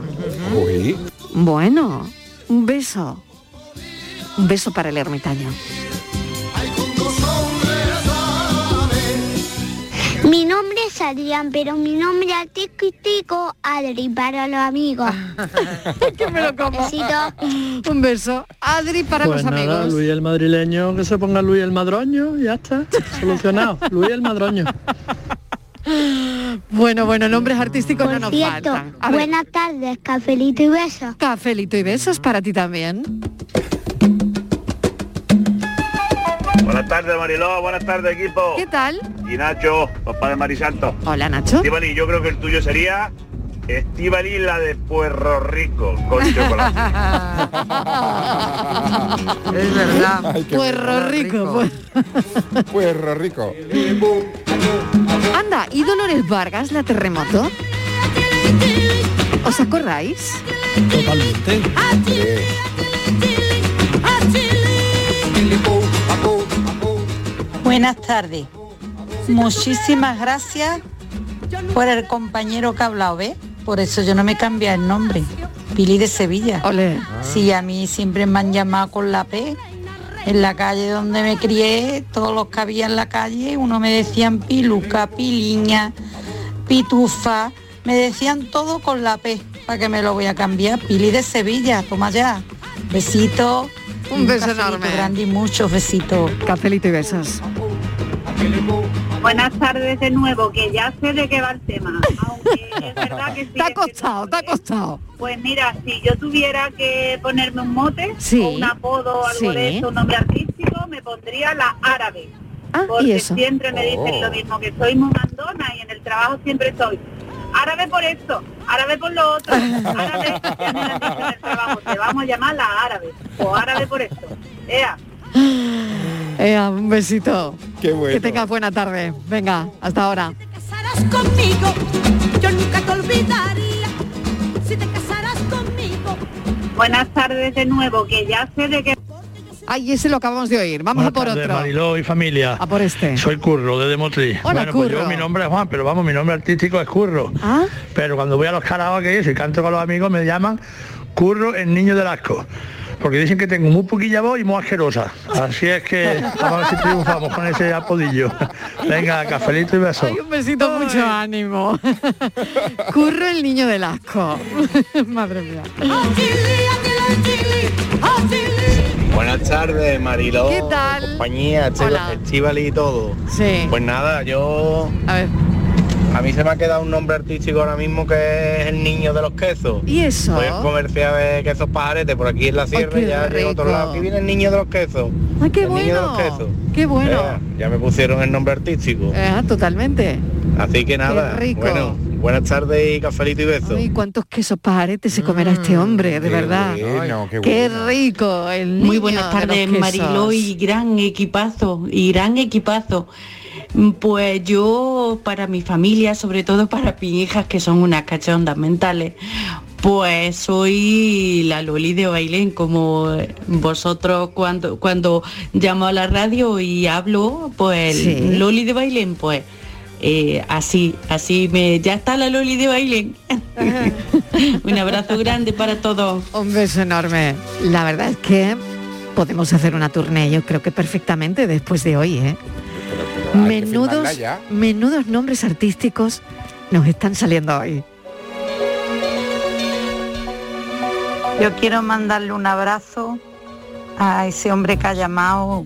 Bueno, un beso. Un beso para el ermitaño.
Mi nombre es Adrián, pero mi nombre artístico es Tico Adri para los amigos.
que me lo como. [laughs] Un beso. Adri para
Pues
los
nada,
amigos.
Luis el madrileño, que se ponga Luis el madroño, ya está,
[laughs]
solucionado. Luis el madroño.
Bueno, bueno, nombres artísticos
Por
no nos
cierto,
faltan. Buenas tardes, cafelito y besos. Cafelito y besos para ti también.
Buenas tardes, Mariló. Buenas tardes, equipo.
¿Qué tal?
Y Nacho, papá de Marisanto.
Hola, Nacho.
Estivali, yo creo que el tuyo sería Estivali, la de Puerto Rico,
[laughs]
con chocolate.
Es verdad.
Puerro rico. pues.
Puerro rico.
Anda, ¿y Dolores Vargas, la terremoto? ¿Os acordáis?
Totalmente.
Buenas tardes. Muchísimas gracias por el compañero que ha hablado, ¿ves? Por eso yo no me cambia el nombre. Pili de Sevilla. Sí, a mí siempre me han llamado con la P. En la calle donde me crié, todos los que había en la calle, uno me decían piluca, piliña, pitufa, me decían todo con la P, para que me lo voy a cambiar. Pili de Sevilla, toma ya. Besito.
Un beso
cafelito
enorme.
Grande y muchos besitos.
Cafelito y besos.
Buenas tardes de nuevo, que ya sé de qué va el tema, aunque es verdad [laughs] que sí. Te ha costado, te ha
costado.
Pues mira, si yo tuviera que ponerme un mote,
Sí.
o un apodo, algo
Sí.
de eso, un nombre artístico, me pondría la árabe. porque
eso?
siempre me dicen
Oh.
lo mismo, que soy muy mandona y en el trabajo siempre soy árabe por esto, árabe por lo otro, árabe, [laughs] ya me lo han dicho en el trabajo, te vamos a llamar la árabe, o árabe por esto. Ea.
Ea, Eh, ah, un besito.
Qué bueno.
Que tengas buena tarde. Venga, hasta ahora.
conmigo, yo nunca te olvidaría si te casaras conmigo.
Buenas tardes de nuevo, que ya sé de qué...
Ay, ese lo acabamos de oír. Vamos a por
Buenas tardes,
otro.
Mariló y familia.
A por este.
Soy Curro, desde Motril.
Hola,
bueno, pues yo,
Curro.
mi nombre es Juan, pero vamos, mi nombre artístico es Curro.
Ah.
Pero cuando voy a los karaoke y eso, y canto con los amigos, me llaman Curro el niño del asco. Porque dicen que tengo muy poquilla voz y muy asquerosa. Así es que vamos a ver si triunfamos con ese apodillo. [laughs] Venga, cafelito y besos.
Un besito, mucho ánimo. [laughs] Curro el niño del asco. [laughs] Madre mía.
Buenas tardes, Mariló.
¿Qué tal?
Compañía,
Hola.
festival y todo.
Sí.
Pues nada, yo...
A ver.
A mí se me ha quedado un nombre artístico ahora mismo que es el niño de los quesos.
¿Y eso?
Soy un comercial de quesos pajaretes por aquí en la sierra
qué
y ya llego a otro
rico.
lado. Aquí viene el niño de los quesos.
Ay, Ah, qué
el niño de los
bueno.
quesos.
Qué bueno.
Ya, ya me pusieron el nombre artístico.
Eh, totalmente.
Así que nada,
rico.
bueno, buenas tardes y cafelito y besos.
Ay, cuántos quesos pajaretes se
Mm.
comerá este hombre, de verdad.
qué
rico el
Muy
niño
buenas
de los
tardes,
quesos.
Mariló y gran equipazo, y gran equipazo. Mm, Pues [laughs] yo, para mi familia, sobre todo para mis hijas, que son unas cachondas mentales, Pues soy la Loli de Bailén, como vosotros cuando, cuando llamo a la radio y hablo, pues
Sí.
Loli de Bailén, pues eh, así, así me. Ya está la Loli de Bailén. [laughs] Un abrazo grande para todos.
Un beso enorme. La verdad es que podemos hacer una tournée, yo creo que perfectamente después de hoy, ¿eh? Menudos,
firmarla ya.
menudos nombres artísticos nos están saliendo hoy.
Yo quiero mandarle un abrazo a ese hombre que ha llamado,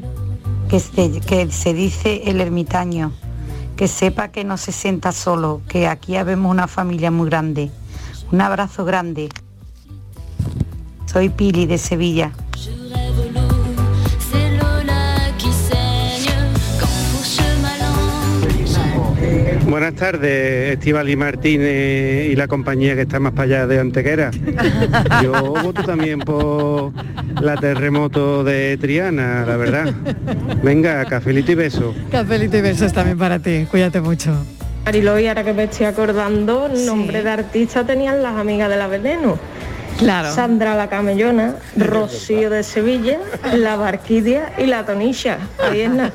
que se, que se dice el ermitaño, que sepa que no se sienta solo, que aquí habemos una familia muy grande. Un abrazo grande. Soy Pili de Sevilla.
C'est l'eau là qui saigne quand pour malin.
Buenas tardes, Estivali Martínez eh, y la compañía que está más para allá de Antequera. Yo voto también por la terremoto de Triana, la verdad. Venga, cafelito y beso.
Cafelito y besos también para ti. Cuídate mucho.
Mariló, y ahora que me estoy acordando, nombre de artista tenían las amigas de la Veneno.
Claro.
Sandra
[laughs]
la Camellona, Rocío de Sevilla, la Barquidia y la Tonisha. Ahí es nada.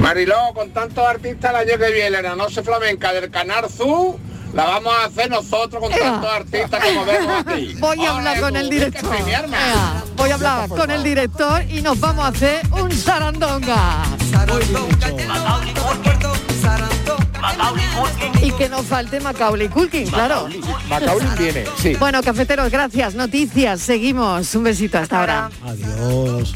Mariló, con tantos artistas el año que viene, la noche flamenca del Canal Sur, la vamos a hacer nosotros con
Ea.
tantos artistas como vemos aquí.
Voy a hablar
Ole,
con
tú,
el
tienes que
director.
premiarme.
Ea, Voy a hablar con el director y nos vamos a hacer un sarandonga. Y que no falte Macaulay Culkin, claro.
Macaulay viene, sí.
Bueno, cafeteros, gracias. Noticias, seguimos. Un besito hasta ahora.
Adiós.